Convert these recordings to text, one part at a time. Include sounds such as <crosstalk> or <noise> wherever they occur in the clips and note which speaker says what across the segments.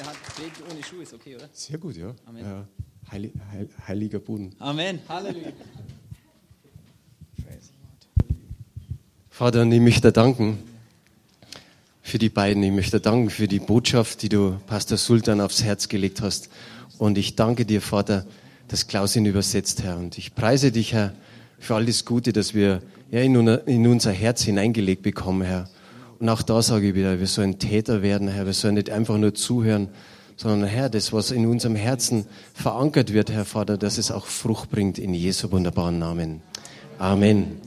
Speaker 1: Er hat predigt ohne Schuhe, ist okay, oder?
Speaker 2: Sehr gut, ja.
Speaker 1: Amen.
Speaker 2: ja. Heili- heil, heiliger Boden.
Speaker 1: Amen. Halleluja. Praise the Lord.
Speaker 2: Vater, und ich möchte danken für die beiden. Ich möchte danken für die Botschaft, die du Pastor Sultan aufs Herz gelegt hast. Und ich danke dir, Vater, dass Klaus ihn übersetzt, Herr. Und ich preise dich, Herr, für all das Gute, das wir ja, in, unser, in unser Herz hineingelegt bekommen, Herr. Und auch da sage ich wieder, wir sollen Täter werden, Herr. Wir sollen nicht einfach nur zuhören, sondern Herr, das, was in unserem Herzen verankert wird, Herr Vater, dass es auch Frucht bringt in Jesu wunderbaren Namen. Amen.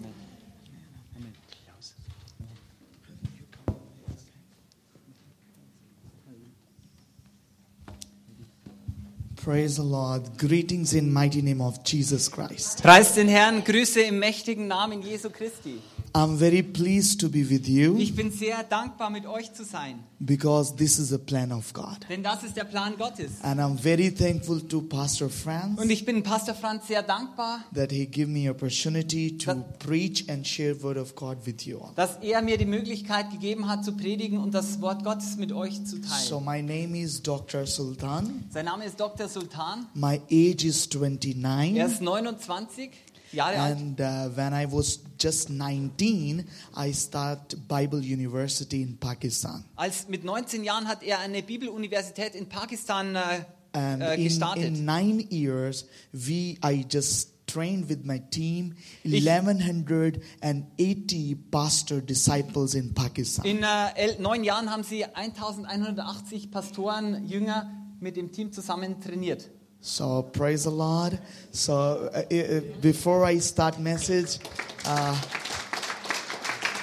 Speaker 3: Praise the Lord. Greetings in mighty name of Jesus Christ.
Speaker 1: Preist den Herrn, Grüße im mächtigen Namen Jesu Christi.
Speaker 3: I'm very pleased to be with you
Speaker 1: Ich bin sehr dankbar, mit euch zu sein,
Speaker 3: because this is a plan of God.
Speaker 1: denn das ist der Plan Gottes.
Speaker 3: And I'm very thankful to Pastor
Speaker 1: Und
Speaker 3: Franz
Speaker 1: ich bin Pastor Franz sehr dankbar,
Speaker 3: that he gave me opportunity to
Speaker 1: That-
Speaker 3: preach and share word of God with you all.
Speaker 1: dass er mir die Möglichkeit gegeben hat, zu predigen und das Wort Gottes mit euch zu
Speaker 3: So
Speaker 1: teilen.
Speaker 3: my name is Dr. Sultan.
Speaker 1: Sein Name ist Dr. Sultan.
Speaker 3: My age is
Speaker 1: Er
Speaker 3: 29.
Speaker 1: ist 29 Jahre alt.
Speaker 3: And uh, when I was just 19, I started Bible University in Pakistan.
Speaker 1: Als mit 19 Jahren hat er eine Bibeluniversität in Pakistan äh,
Speaker 3: And
Speaker 1: äh,
Speaker 3: Ähm, in,
Speaker 1: gestartet.
Speaker 3: in nine years, we I just trained with my team
Speaker 1: Ich-
Speaker 3: 1180 pastor disciples in Pakistan.
Speaker 1: In äh, el- neun Jahren haben sie 1180 Pastoren, Jünger mit dem Team zusammen trainiert.
Speaker 3: so praise the Lord. So uh, uh, before I start message, uh,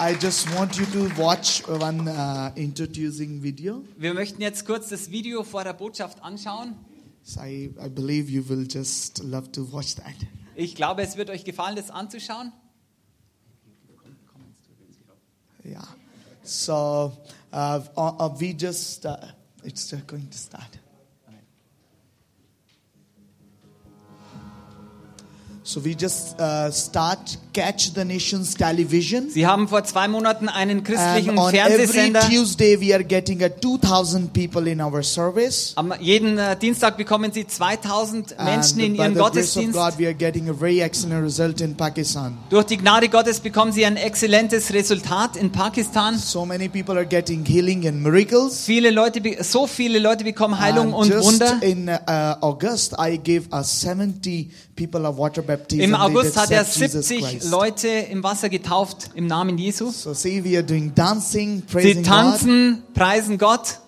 Speaker 3: I just want you to watch one uh, introducing video.
Speaker 1: Wir möchten jetzt kurz das Video vor der Botschaft anschauen.
Speaker 3: So I, I believe you will just love to watch that.
Speaker 1: Ich glaube, es wird euch gefallen, das anzuschauen.
Speaker 3: Yeah. So uh, uh, uh, we just uh, it's uh, going to start. So we just uh, start catch the nation's television.
Speaker 1: Sie haben vor zwei Monaten einen
Speaker 3: And
Speaker 1: christlichen
Speaker 3: Um, on every
Speaker 1: Fernsehsender.
Speaker 3: Tuesday we are getting a 2,000 people in our service.
Speaker 1: Am jeden äh, Dienstag bekommen sie 2000 Menschen in
Speaker 3: and by
Speaker 1: ihren
Speaker 3: the grace of
Speaker 1: Gottesdienst.
Speaker 3: God, we are getting a very excellent result in Pakistan.
Speaker 1: Durch die Gnade Gottes bekommen sie ein exzellentes Resultat in Pakistan.
Speaker 3: So many people are getting healing and miracles.
Speaker 1: Viele Leute, be- so viele Leute bekommen Heilung
Speaker 3: Uh,
Speaker 1: und
Speaker 3: just
Speaker 1: Wunder.
Speaker 3: In uh, August, I gave us 70 people a water baptism.
Speaker 1: Im
Speaker 3: They
Speaker 1: August
Speaker 3: did
Speaker 1: hat er
Speaker 3: accept Jesus
Speaker 1: 70
Speaker 3: Christ.
Speaker 1: Leute im Wasser getauft im Namen Jesu.
Speaker 3: So see, we are doing dancing,
Speaker 1: Sie
Speaker 3: praising God.
Speaker 1: tanzen, preisen Gott.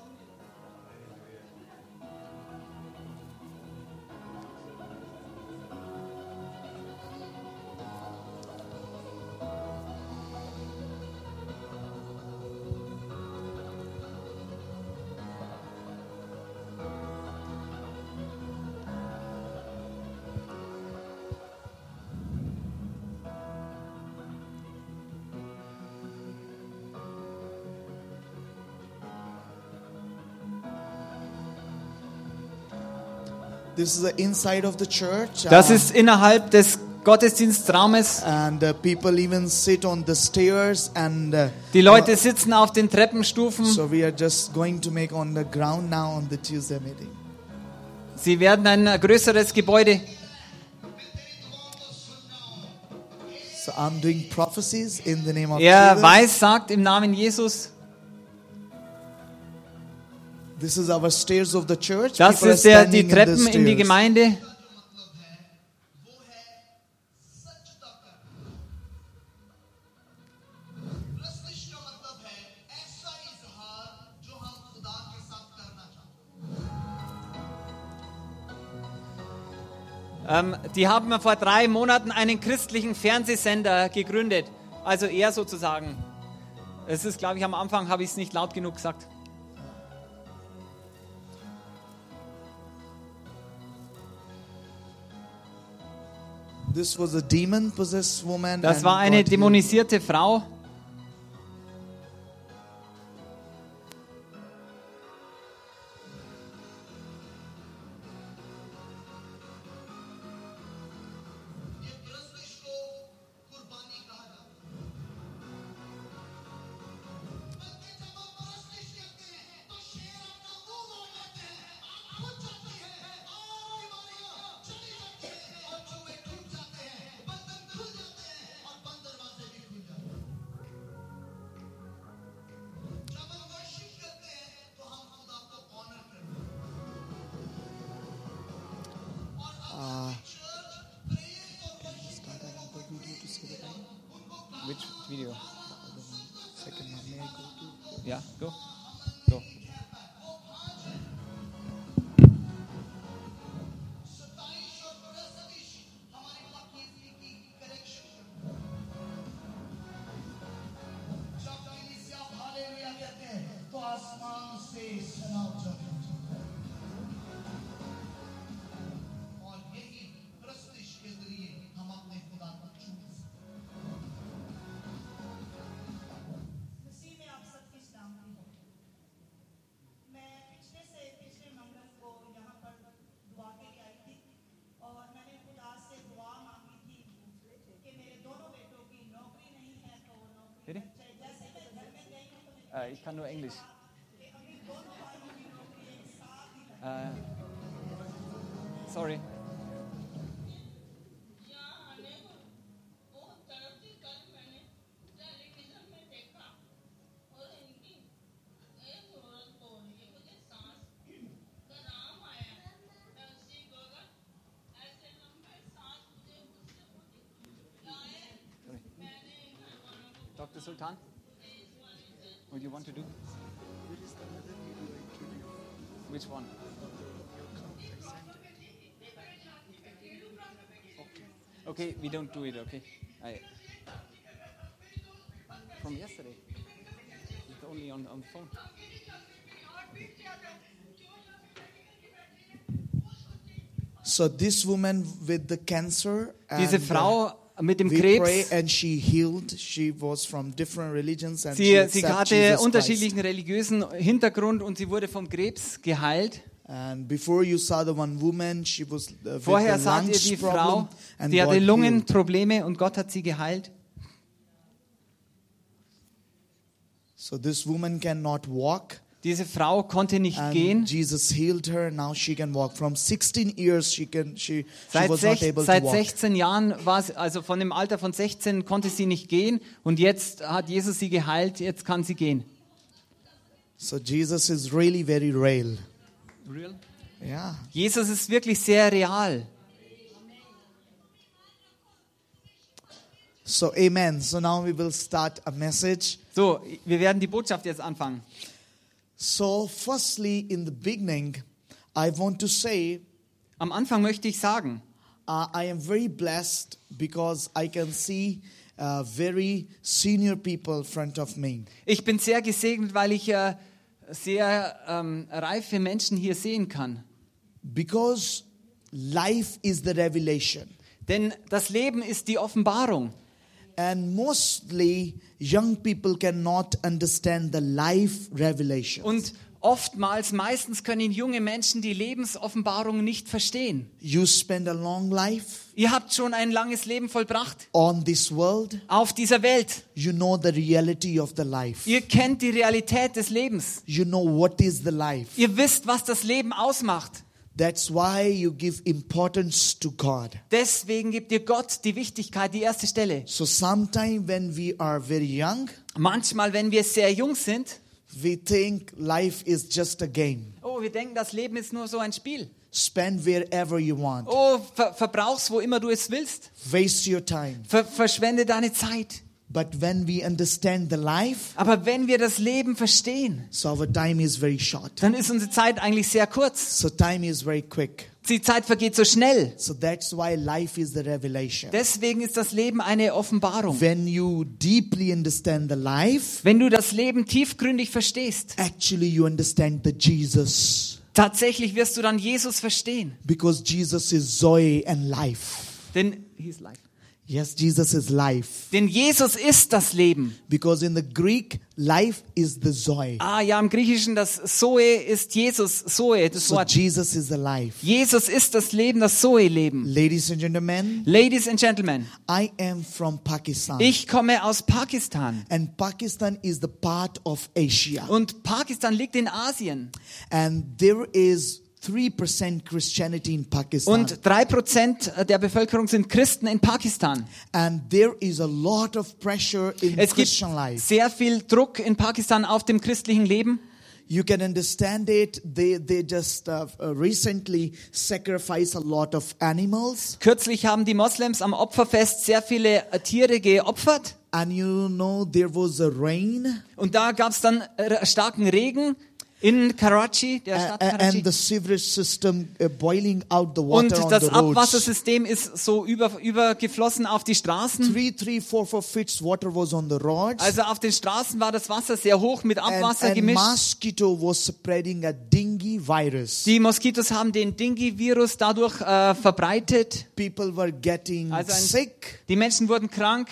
Speaker 3: This is the inside of the church. uh,
Speaker 1: Das ist innerhalb des Gottesdienstraumes.
Speaker 3: and uh, people even sit on the stairs and uh,
Speaker 1: Die Leute sitzen auf den Treppenstufen.
Speaker 3: so we are just going to make on the ground now on the Tuesday meeting.
Speaker 1: Sie werden ein äh, größeres Gebäude.
Speaker 3: So I'm doing prophecies in the name of
Speaker 1: Er
Speaker 3: Jesus.
Speaker 1: weiß, sagt im Namen Jesus.
Speaker 3: This is our stairs of the church.
Speaker 1: Das
Speaker 3: People are
Speaker 1: ist der, die
Speaker 3: standing in the
Speaker 1: Treppen in die
Speaker 3: stairs.
Speaker 1: Gemeinde.
Speaker 4: प्रश्निश का मतलब है ऐसा इजहार जो हम खुदा के साथ करना चाहते हैं
Speaker 1: Ähm, die haben vor drei Monaten einen christlichen Fernsehsender gegründet. Also er sozusagen. Es ist, glaube ich, am Anfang habe ich es nicht laut genug gesagt.
Speaker 3: This was a demon-possessed woman.
Speaker 1: Das
Speaker 3: and
Speaker 1: war eine
Speaker 3: God healed.
Speaker 1: dämonisierte Frau.
Speaker 4: ये प्रश्निश को कुर्बानी कहा जाता है बल्कि जब हम प्रश्निश कहते हैं तो शेर अपना मुंह मोड़ लेता
Speaker 1: video.
Speaker 3: Second one, may I go to?
Speaker 1: Yeah, go. Go.
Speaker 4: सताइश और प्रसविश हमारी पाकिस्तान की करेक्शन जब कहीं आप हालेलुया कहते हैं तो आसमान से सुना जाता है और यही प्रस्तिश के जरिए हम अपने खुदा को छू सकते हैं।
Speaker 5: खुशी में आप सबकी शामिल हो मैं पिछले से पिछले मंगल को यहाँ पर दुआ के लिए आई थी और मैंने खुदा से दुआ मांगी थी कि मेरे दोनों बेटों की नौकरी नहीं है तो वो नौकरी
Speaker 1: Bitte?
Speaker 5: लग जाए। जैसे मैं घर में गई हूँ तो मेरे
Speaker 1: Äh, ich kann nur Englisch. Äh, sorry.
Speaker 6: यहाँ आने को बहुत तरफ कल मैंने टेलीविजन में देखा और इनकी एक औरत बोल रही है मुझे सांस का नाम आया ऐसी गगन ऐसे लंबे सांस मुझे मुझसे होती आए मैंने इन हनुमानों को
Speaker 1: Dr. Sultan, what do you want to do? Which one? Okay, we don't do it, okay? I, from yesterday. It's only on, on phone.
Speaker 3: So this woman with the cancer, and, uh,
Speaker 1: Diese Frau mit dem
Speaker 3: we pray
Speaker 1: Krebs,
Speaker 3: and she healed. She was from different religions and she
Speaker 1: sie, sie
Speaker 3: accepted
Speaker 1: hatte
Speaker 3: Jesus
Speaker 1: unterschiedlichen
Speaker 3: Christ.
Speaker 1: religiösen Hintergrund und sie wurde vom Krebs geheilt.
Speaker 3: And before you saw the one woman, she was uh, with
Speaker 1: Vorher
Speaker 3: the
Speaker 1: saht ihr
Speaker 3: lungs
Speaker 1: die
Speaker 3: problem
Speaker 1: Frau,
Speaker 3: and
Speaker 1: die hatte
Speaker 3: God healed.
Speaker 1: Lungenprobleme und Gott hat sie geheilt.
Speaker 3: So this woman cannot walk.
Speaker 1: Diese Frau konnte nicht
Speaker 3: And
Speaker 1: gehen.
Speaker 3: Jesus healed her. Now she can walk. From 16 years, she can she, she
Speaker 1: Seit,
Speaker 3: was not
Speaker 1: sech,
Speaker 3: able to
Speaker 1: seit
Speaker 3: walk.
Speaker 1: 16 Jahren war sie, also von dem Alter von 16 konnte sie nicht gehen und jetzt hat Jesus sie geheilt, jetzt kann sie gehen.
Speaker 3: So Jesus is really very real. Yeah.
Speaker 1: Jesus ist wirklich sehr real.
Speaker 3: So amen. So now we will start a message.
Speaker 1: So, wir werden die Botschaft jetzt anfangen.
Speaker 3: So firstly, in the beginning, I want to say
Speaker 1: Am Anfang möchte ich sagen,
Speaker 3: Uh, I am very blessed because I can see uh, very senior people in front of me.
Speaker 1: ich bin sehr gesegnet, weil ich äh, sehr ähm, reife Menschen hier sehen kann.
Speaker 3: Because life is the revelation.
Speaker 1: Denn das Leben ist die Offenbarung.
Speaker 3: And mostly, young people cannot understand the life revelation.
Speaker 1: Und oftmals, meistens können junge Menschen die Lebensoffenbarung nicht verstehen.
Speaker 3: You spend a long life
Speaker 1: Ihr habt schon ein langes Leben vollbracht
Speaker 3: on this world,
Speaker 1: auf dieser Welt.
Speaker 3: you know the reality of the life.
Speaker 1: Ihr kennt die Realität des Lebens.
Speaker 3: You know what is the life.
Speaker 1: Ihr wisst, was das Leben ausmacht.
Speaker 3: That's why you give importance to God.
Speaker 1: Deswegen gibt ihr Gott die Wichtigkeit, die erste Stelle.
Speaker 3: So, sometime when we are very young,
Speaker 1: Manchmal, wenn wir sehr jung sind,
Speaker 3: we think life is just a game.
Speaker 1: oh, wir denken, das Leben ist nur so ein Spiel.
Speaker 3: Spend wherever you want.
Speaker 1: Oh, ver verbrauch's, wo immer du es willst.
Speaker 3: Waste your time.
Speaker 1: Ver verschwende deine Zeit.
Speaker 3: But when we understand the life,
Speaker 1: Aber wenn wir das Leben verstehen,
Speaker 3: so our time is very short.
Speaker 1: dann ist unsere Zeit eigentlich sehr kurz.
Speaker 3: So time is very quick.
Speaker 1: Die Zeit vergeht so schnell.
Speaker 3: So that's why life is the revelation.
Speaker 1: Deswegen ist das Leben eine Offenbarung.
Speaker 3: When you deeply understand the life,
Speaker 1: Wenn du das Leben tiefgründig verstehst,
Speaker 3: actually you understand the Jesus.
Speaker 1: tatsächlich wirst du dann Jesus verstehen.
Speaker 3: Because Jesus is Zoe and life.
Speaker 1: Denn, he's life.
Speaker 3: Yes, Jesus is life.
Speaker 1: Denn Jesus ist das Leben.
Speaker 3: Because in the Greek, life is the Zoe.
Speaker 1: Ah ja, im Griechischen das Zoe ist Jesus, Zoe, das
Speaker 3: So
Speaker 1: Wort.
Speaker 3: Jesus is the life.
Speaker 1: Jesus ist das Leben, das Zoe-Leben.
Speaker 3: Ladies and gentlemen,
Speaker 1: Ladies and Gentlemen,
Speaker 3: I am from Pakistan.
Speaker 1: ich komme aus Pakistan.
Speaker 3: and Pakistan is the part of Asia.
Speaker 1: Und Pakistan liegt in Asien.
Speaker 3: And there is 3% Christianity in Pakistan.
Speaker 1: Und drei Prozent der Bevölkerung sind Christen in Pakistan.
Speaker 3: and there is a lot of pressure in
Speaker 1: Es gibt
Speaker 3: Christian life.
Speaker 1: sehr viel Druck in Pakistan auf dem christlichen Leben.
Speaker 3: You can understand it. They, they just uh, uh, recently sacrificed a lot of animals.
Speaker 1: Kürzlich haben die Moslems am Opferfest sehr viele äh, Tiere geopfert.
Speaker 3: and you know there was a rain
Speaker 1: Und da gab es dann äh, starken Regen in Karachi, der
Speaker 3: a-
Speaker 1: Stadt
Speaker 3: a-
Speaker 1: Karachi.
Speaker 3: and the sewerage system uh, boiling out the
Speaker 1: Und
Speaker 3: water on
Speaker 1: das
Speaker 3: the roads.
Speaker 1: Abwassersystem ist so über, übergeflossen auf die Straßen.
Speaker 3: Three, three, four, four feet water was on the roads.
Speaker 1: Also auf den Straßen war das Wasser sehr hoch mit
Speaker 3: and,
Speaker 1: Abwasser
Speaker 3: and
Speaker 1: gemischt.
Speaker 3: mosquito was spreading a dengue virus.
Speaker 1: Die Moskitos haben den Dengue-Virus dadurch äh, verbreitet.
Speaker 3: People were getting
Speaker 1: Also ein-
Speaker 3: sick,
Speaker 1: Die Menschen wurden krank.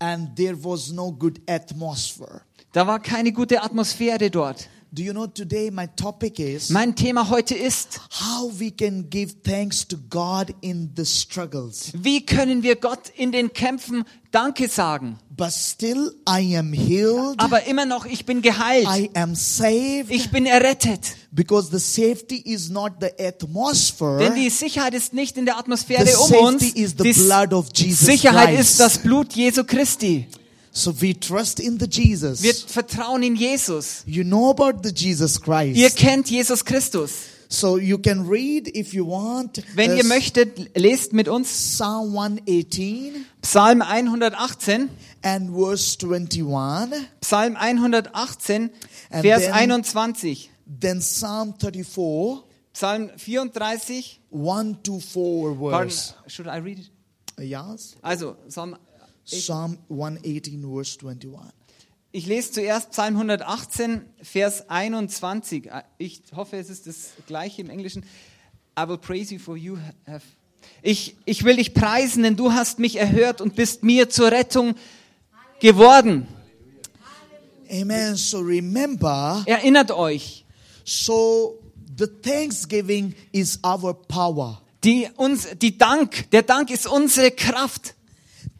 Speaker 3: and there was no good atmosphere.
Speaker 1: Da war keine gute Atmosphäre dort.
Speaker 3: Do you know today my topic is
Speaker 1: Mein Thema heute ist,
Speaker 3: how we can give thanks to God in the struggles.
Speaker 1: wie können wir Gott in den Kämpfen Danke sagen?
Speaker 3: But still, I am healed.
Speaker 1: Aber immer noch, ich bin geheilt.
Speaker 3: I am saved
Speaker 1: Ich bin errettet.
Speaker 3: because the safety is not the atmosphere.
Speaker 1: Denn die Sicherheit ist nicht in der
Speaker 3: the
Speaker 1: Atmosphäre um
Speaker 3: safety
Speaker 1: uns.
Speaker 3: is the
Speaker 1: Die
Speaker 3: blood of Jesus
Speaker 1: Sicherheit
Speaker 3: Christ.
Speaker 1: ist das Blut Jesu Christi.
Speaker 3: so we trust in the Jesus.
Speaker 1: Wir vertrauen in Jesus.
Speaker 3: you know about the Jesus Christ.
Speaker 1: Ihr kennt Jesus Christus.
Speaker 3: so you can read if you want.
Speaker 1: Wenn
Speaker 3: uh,
Speaker 1: ihr möchtet, lest mit uns
Speaker 3: Psalm 118
Speaker 1: Psalm 118,
Speaker 3: and verse 21.
Speaker 1: Psalm 118,
Speaker 3: And
Speaker 1: Vers
Speaker 3: then-
Speaker 1: 21,
Speaker 3: Then Psalm 34,
Speaker 1: Psalm 34.
Speaker 3: 1 to 4
Speaker 1: Pardon,
Speaker 3: verse.
Speaker 1: should I read it?
Speaker 3: Yes.
Speaker 1: Also, Psalm,
Speaker 3: Psalm 118 verse 21.
Speaker 1: ich lese zuerst Psalm 118, Vers 21. Ich hoffe, es ist das gleiche im Englischen. I will praise you for you have. Ich, ich will dich preisen, denn du hast mich erhört und bist mir zur Rettung geworden.
Speaker 3: Amen. So remember,
Speaker 1: Erinnert euch,
Speaker 3: so the thanksgiving is our power.
Speaker 1: die, uns, die Dank, der Dank ist unsere Kraft.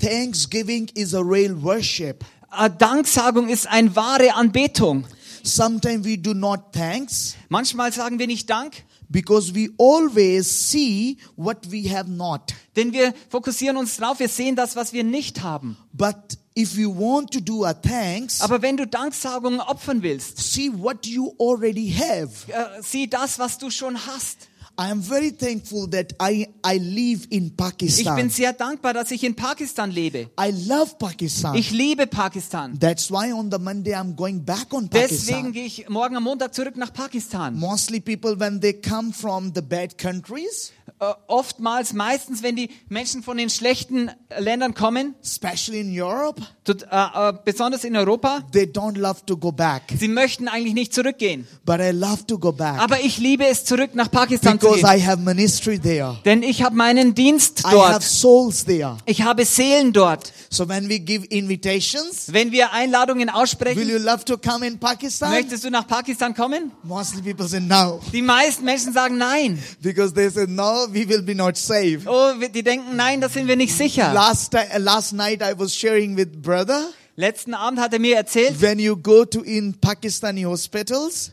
Speaker 3: Thanksgiving is a real worship.
Speaker 1: Äh, Danksagung ist eine wahre Anbetung.
Speaker 3: Sometimes we do not thanks
Speaker 1: Manchmal sagen wir nicht Dank,
Speaker 3: because we always see what we have not.
Speaker 1: denn wir fokussieren uns drauf, wir sehen das, was wir nicht haben.
Speaker 3: But if you want to do a thanks,
Speaker 1: Aber wenn du Danksagungen opfern willst,
Speaker 3: see what you already have.
Speaker 1: äh, sieh das, was du schon hast.
Speaker 3: I am very thankful that I I live in
Speaker 1: Ich bin
Speaker 3: Pakistan.
Speaker 1: sehr dankbar, dass ich in Pakistan lebe.
Speaker 3: I love Pakistan.
Speaker 1: Ich liebe Pakistan.
Speaker 3: That's why on the Monday I'm going back on
Speaker 1: Deswegen
Speaker 3: Pakistan.
Speaker 1: gehe ich morgen am Montag zurück nach Pakistan.
Speaker 3: Mostly people when they come from the bad countries,
Speaker 1: Äh, oftmals, meistens, wenn die Menschen von den schlechten äh, Ländern kommen,
Speaker 3: especially in Europe,
Speaker 1: tut, äh, äh, besonders in Europa,
Speaker 3: they don't love to go back.
Speaker 1: sie möchten eigentlich nicht zurückgehen.
Speaker 3: But I love to go back
Speaker 1: Aber ich liebe es, zurück nach Pakistan zu
Speaker 3: because
Speaker 1: gehen.
Speaker 3: I have ministry there.
Speaker 1: Denn ich habe meinen Dienst
Speaker 3: I have
Speaker 1: dort.
Speaker 3: souls there.
Speaker 1: Ich habe Seelen dort.
Speaker 3: So when we give invitations,
Speaker 1: Wenn wir Einladungen
Speaker 3: will
Speaker 1: aussprechen,
Speaker 3: you love to come in Pakistan?
Speaker 1: möchtest du nach Pakistan kommen?
Speaker 3: Mostly people say no
Speaker 1: Die meisten Menschen sagen nein.
Speaker 3: because they say no, we will be not saved.
Speaker 1: Oh, wir- die denken, nein, das sind wir nicht sicher.
Speaker 3: Last ti- uh, last night I was sharing with brother
Speaker 1: Letzten Abend hat er mir erzählt,
Speaker 3: when you go to in Pakistani hospitals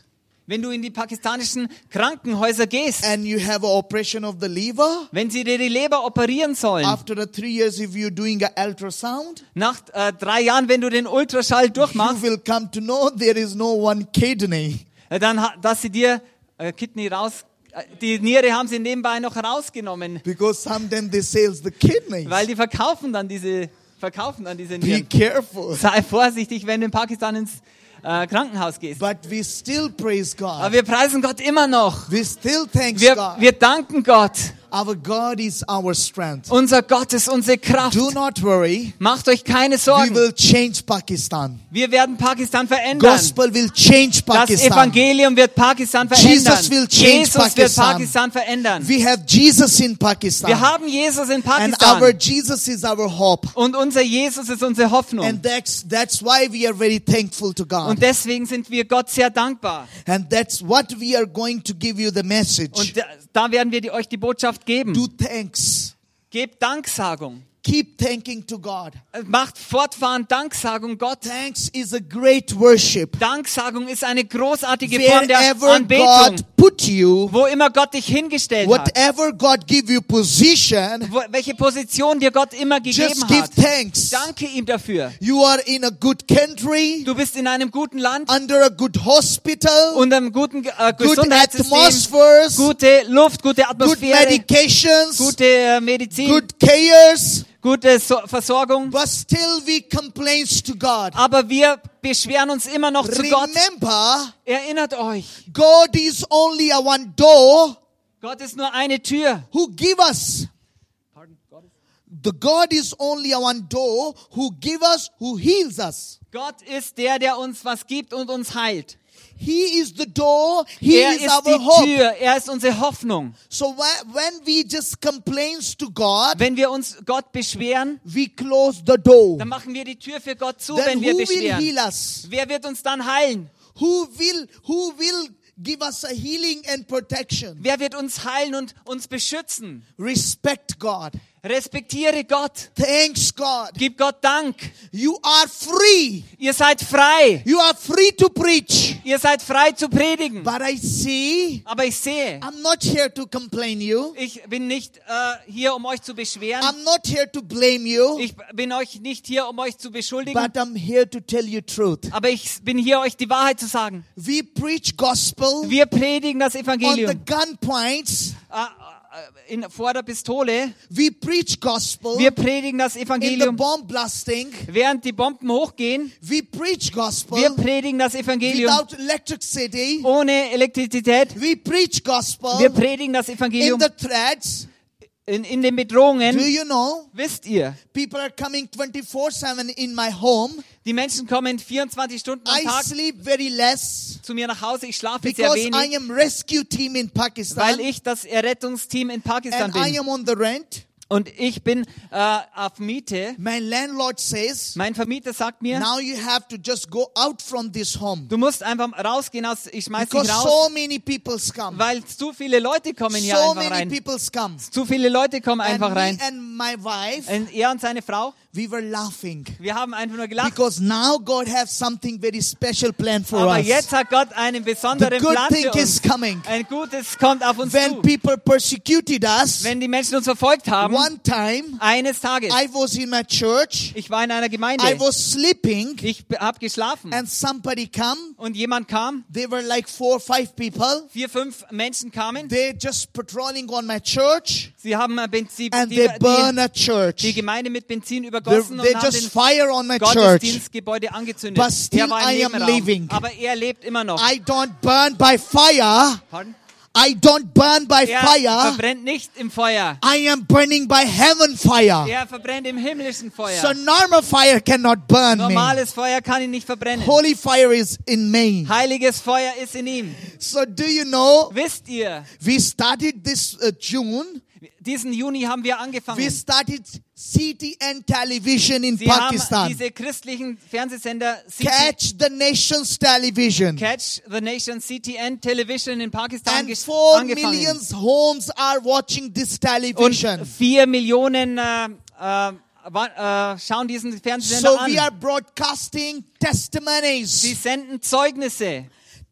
Speaker 1: wenn du in die pakistanischen Krankenhäuser gehst,
Speaker 3: and you have an operation of the liver
Speaker 1: wenn sie dir die Leber operieren sollen,
Speaker 3: after the three years if you're doing an ultrasound
Speaker 1: nach äh, drei Jahren, wenn du den Ultraschall
Speaker 3: you
Speaker 1: durchmachst,
Speaker 3: will come to know there is no one kidney
Speaker 1: äh, dann, ha- dass sie dir äh, Kidney raus, äh, die Niere haben sie nebenbei noch rausgenommen,
Speaker 3: because sometimes they sells the kidneys
Speaker 1: weil die verkaufen dann diese, verkaufen dann diese
Speaker 3: be
Speaker 1: Nieren.
Speaker 3: careful
Speaker 1: Sei vorsichtig, wenn du in Pakistan ins äh, Krankenhaus gehst.
Speaker 3: but we still praise
Speaker 1: Aber
Speaker 3: God
Speaker 1: wir preisen Gott immer noch.
Speaker 3: we still thank
Speaker 1: Wir,
Speaker 3: God
Speaker 1: wir danken Gott.
Speaker 3: our God is our strength
Speaker 1: Unser Gott ist unsere Kraft.
Speaker 3: do not worry
Speaker 1: Macht euch keine
Speaker 3: we
Speaker 1: Sorgen.
Speaker 3: will change Pakistan
Speaker 1: Wir werden Pakistan verändern.
Speaker 3: gospel will change
Speaker 1: Das
Speaker 3: Pakistan
Speaker 1: Evangelium wird Pakistan verändern.
Speaker 3: Jesus will change
Speaker 1: Jesus wird
Speaker 3: Pakistan.
Speaker 1: Pakistan verändern.
Speaker 3: we have Jesus in Pakistan
Speaker 1: Wir haben Jesus in
Speaker 3: and our
Speaker 1: Pakistan.
Speaker 3: Jesus is our hope.
Speaker 1: Und unser Jesus ist unsere Hoffnung.
Speaker 3: And that's that's why we are very thankful to
Speaker 1: Oh. Und
Speaker 3: God.
Speaker 1: deswegen sind wir Gott sehr dankbar.
Speaker 3: And that's what we are going to give you the message.
Speaker 1: Und da- da werden wir die, euch die Botschaft
Speaker 3: Do
Speaker 1: geben.
Speaker 3: thanks.
Speaker 1: Gebt Danksagung.
Speaker 3: Keep thanking to God.
Speaker 1: Macht fortfahrend Danksagung Gott.
Speaker 3: Thanks is a great worship.
Speaker 1: Danksagung ist eine großartige Form der
Speaker 3: Wherever
Speaker 1: Anbetung.
Speaker 3: God put you,
Speaker 1: Wo immer Gott dich hingestellt hat.
Speaker 3: whatever God give you position,
Speaker 1: Wo, welche Position dir Gott immer gegeben
Speaker 3: just give
Speaker 1: hat.
Speaker 3: thanks.
Speaker 1: Danke ihm dafür.
Speaker 3: You are in a good country,
Speaker 1: Du bist in einem guten Land,
Speaker 3: under a good hospital,
Speaker 1: unter einem guten äh,
Speaker 3: good
Speaker 1: Gesundheitssystem,
Speaker 3: atmospheres,
Speaker 1: gute Luft, gute
Speaker 3: good
Speaker 1: Atmosphäre,
Speaker 3: medications,
Speaker 1: gute äh, Medizin,
Speaker 3: good cares.
Speaker 1: gute so Versorgung,
Speaker 3: but still we complains to God.
Speaker 1: aber wir beschweren uns immer noch zu Gott.
Speaker 3: Remember,
Speaker 1: Erinnert euch,
Speaker 3: God is only a one door
Speaker 1: Gott ist nur eine Tür.
Speaker 3: who give us. The God is only a one door who give us, who heals us.
Speaker 1: Gott ist der, der uns was gibt und uns heilt.
Speaker 3: He is the door. He
Speaker 1: Er
Speaker 3: is
Speaker 1: ist
Speaker 3: our
Speaker 1: die
Speaker 3: hope.
Speaker 1: Tür, er ist unsere Hoffnung.
Speaker 3: So wh- when we just complains to God,
Speaker 1: Wenn wir uns Gott beschweren,
Speaker 3: we close the door.
Speaker 1: dann machen wir die Tür für Gott zu,
Speaker 3: Then
Speaker 1: wenn wir
Speaker 3: who will
Speaker 1: beschweren.
Speaker 3: heal us?
Speaker 1: Wer wird uns dann heilen?
Speaker 3: Who will who will give us a healing and protection?
Speaker 1: Wer wird uns heilen und uns beschützen?
Speaker 3: Respect God.
Speaker 1: Respektiere Gott.
Speaker 3: Thanks God.
Speaker 1: Gib Gott Dank.
Speaker 3: You are free.
Speaker 1: Ihr seid frei.
Speaker 3: You are free to preach.
Speaker 1: Ihr seid frei zu predigen.
Speaker 3: But I see
Speaker 1: Aber ich sehe,
Speaker 3: I'm not here to complain you.
Speaker 1: ich bin nicht äh, hier, um euch zu beschweren.
Speaker 3: I'm not here to blame you.
Speaker 1: Ich bin euch nicht hier, um euch zu beschuldigen.
Speaker 3: But I'm here to tell you truth.
Speaker 1: Aber ich bin hier, euch die Wahrheit zu sagen.
Speaker 3: We preach gospel
Speaker 1: Wir predigen das
Speaker 3: on the
Speaker 1: Evangelium
Speaker 3: gun points.
Speaker 1: äh, äh, in, vor der Pistole.
Speaker 3: We preach gospel
Speaker 1: Wir predigen das
Speaker 3: in the
Speaker 1: Evangelium,
Speaker 3: bomb blasting.
Speaker 1: während die Bomben hochgehen.
Speaker 3: We preach gospel
Speaker 1: Wir predigen das Evangelium
Speaker 3: without electricity.
Speaker 1: ohne Elektrizität.
Speaker 3: We preach gospel
Speaker 1: Wir predigen das
Speaker 3: in
Speaker 1: Evangelium
Speaker 3: the threats.
Speaker 1: in, in den
Speaker 3: Do
Speaker 1: Bedrohungen.
Speaker 3: you know?
Speaker 1: Wisst ihr,
Speaker 3: People are coming 24-7 in my home.
Speaker 1: die Menschen kommen 24 Stunden am
Speaker 3: I
Speaker 1: Tag
Speaker 3: sleep very less
Speaker 1: zu mir nach Hause. Ich schlafe sehr
Speaker 3: because I
Speaker 1: wenig,
Speaker 3: am rescue team in
Speaker 1: weil
Speaker 3: Pakistan
Speaker 1: ich das Errettungsteam in Pakistan
Speaker 3: and I
Speaker 1: bin.
Speaker 3: am on the rent.
Speaker 1: Und ich bin äh, auf Miete.
Speaker 3: My landlord says,
Speaker 1: Mein Vermieter sagt mir,
Speaker 3: now you have to just go out from this home
Speaker 1: du musst einfach rausgehen aus, ich schmeiß dich
Speaker 3: because
Speaker 1: raus,
Speaker 3: so many people's come.
Speaker 1: weil zu viele Leute kommen hier
Speaker 3: So
Speaker 1: einfach
Speaker 3: many
Speaker 1: rein.
Speaker 3: people's come.
Speaker 1: Zu viele Leute kommen
Speaker 3: And
Speaker 1: einfach
Speaker 3: me
Speaker 1: rein.
Speaker 3: and my wife,
Speaker 1: Und er und seine Frau,
Speaker 3: we were laughing.
Speaker 1: wir haben einfach nur gelacht.
Speaker 3: Because now God has something very special planned for
Speaker 1: Aber
Speaker 3: us.
Speaker 1: jetzt hat Gott einen
Speaker 3: the
Speaker 1: besonderen
Speaker 3: good
Speaker 1: Plan
Speaker 3: thing
Speaker 1: für
Speaker 3: is
Speaker 1: uns.
Speaker 3: coming.
Speaker 1: Ein Gutes kommt auf uns
Speaker 3: When
Speaker 1: zu.
Speaker 3: people persecuted us,
Speaker 1: Wenn die Menschen uns verfolgt haben,
Speaker 3: one time
Speaker 1: eines Tages,
Speaker 3: I was in my church,
Speaker 1: ich war in einer
Speaker 3: I
Speaker 1: Gemeinde,
Speaker 3: was sleeping,
Speaker 1: ich habe geschlafen
Speaker 3: and somebody come.
Speaker 1: und jemand kam,
Speaker 3: They were like four or five people.
Speaker 1: vier, fünf Menschen kamen,
Speaker 3: They just patrolling on my church,
Speaker 1: sie haben äh, Benzin,
Speaker 3: and
Speaker 1: die,
Speaker 3: they burn
Speaker 1: die,
Speaker 3: a church.
Speaker 1: die
Speaker 3: They,
Speaker 1: Gemeinde mit Benzin übergossen
Speaker 3: they
Speaker 1: und haben
Speaker 3: just
Speaker 1: den
Speaker 3: fire on my church.
Speaker 1: Gottesdienstgebäude angezündet.
Speaker 3: But still
Speaker 1: er war
Speaker 3: I
Speaker 1: im
Speaker 3: am
Speaker 1: Nebenraum,
Speaker 3: living.
Speaker 1: aber er lebt immer noch.
Speaker 3: I don't burn by fire.
Speaker 1: Pardon?
Speaker 3: I don't burn by
Speaker 1: Er
Speaker 3: fire.
Speaker 1: verbrennt nicht im Feuer.
Speaker 3: I am burning by heaven fire.
Speaker 1: Er verbrennt im himmlischen Feuer.
Speaker 3: So normal fire cannot burn me.
Speaker 1: Normales Feuer kann ihn nicht verbrennen.
Speaker 3: Holy fire is in me.
Speaker 1: Heiliges Feuer ist in ihm.
Speaker 3: So do you know?
Speaker 1: Wisst ihr,
Speaker 3: We started this uh, June.
Speaker 1: diesen Juni haben wir angefangen.
Speaker 3: We started CTN television in
Speaker 1: Sie haben
Speaker 3: Pakistan.
Speaker 1: diese christlichen Fernsehsender CT
Speaker 3: Catch the nation's television.
Speaker 1: Catch the Nation CTN Television in Pakistan
Speaker 3: And
Speaker 1: ges-
Speaker 3: four
Speaker 1: angefangen.
Speaker 3: millions homes are watching this
Speaker 1: Und
Speaker 3: television.
Speaker 1: vier Millionen äh, äh, wa- äh, schauen diesen Fernsehsender
Speaker 3: So
Speaker 1: an.
Speaker 3: we are
Speaker 1: Sie
Speaker 3: broadcasting testimonies.
Speaker 1: senden Zeugnisse.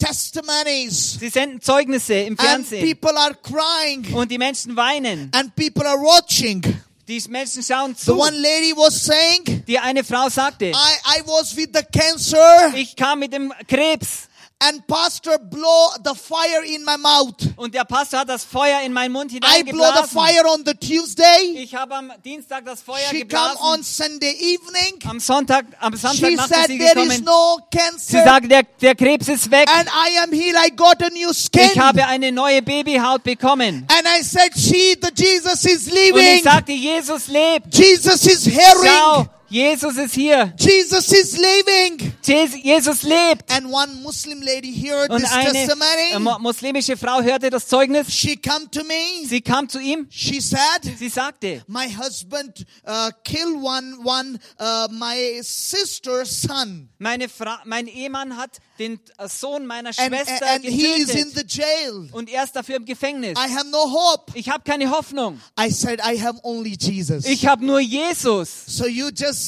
Speaker 3: Testimonies.
Speaker 1: Sie senden Zeugnisse im
Speaker 3: And
Speaker 1: Fernsehen.
Speaker 3: people are crying.
Speaker 1: Und die Menschen weinen.
Speaker 3: And people are watching.
Speaker 1: Die Menschen schauen
Speaker 3: The
Speaker 1: zu.
Speaker 3: one lady was saying,
Speaker 1: Die eine Frau sagte,
Speaker 3: I, I was with the cancer
Speaker 1: ich kam mit dem Krebs
Speaker 3: and pastor blow the fire in my mouth.
Speaker 1: und der Pastor hat das Feuer in meinen Mund
Speaker 3: I blow the
Speaker 1: hineingeblasen.
Speaker 3: fire on the Tuesday.
Speaker 1: Ich habe am Dienstag das Feuer
Speaker 3: She come on
Speaker 1: geblasen.
Speaker 3: Sunday evening.
Speaker 1: Am Sonntag, am
Speaker 3: She
Speaker 1: Samstag
Speaker 3: said
Speaker 1: ist sie
Speaker 3: there is
Speaker 1: gekommen.
Speaker 3: no
Speaker 1: Sie
Speaker 3: cancer
Speaker 1: sagt, der, der Krebs ist weg.
Speaker 3: and I am healed. I got a new skin.
Speaker 1: Ich habe eine neue Babyhaut bekommen.
Speaker 3: And I said, she, the Jesus is
Speaker 1: Und ich
Speaker 3: leaving.
Speaker 1: sagte, Jesus lebt.
Speaker 3: Jesus is
Speaker 1: Schau,
Speaker 3: hearing.
Speaker 1: Jesus ist hier.
Speaker 3: Jesus is leaving.
Speaker 1: Jes- Jesus lebt.
Speaker 3: And one Muslim lady heard
Speaker 1: Und
Speaker 3: this
Speaker 1: eine äh,
Speaker 3: testimony.
Speaker 1: mu- muslimische Frau hörte das Zeugnis.
Speaker 3: She come to me.
Speaker 1: Sie kam zu ihm.
Speaker 3: She said,
Speaker 1: Sie sagte,
Speaker 3: my husband uh, killed one one uh, my sister's son
Speaker 1: meine Fra mein Ehemann hat den äh, Sohn meiner
Speaker 3: and,
Speaker 1: Schwester
Speaker 3: and he is in
Speaker 1: getötet.
Speaker 3: the jail
Speaker 1: Und er ist dafür im Gefängnis.
Speaker 3: i have no hope
Speaker 1: Ich habe keine Hoffnung.
Speaker 3: i said i have only jesus
Speaker 1: Ich habe nur Jesus.
Speaker 3: so you just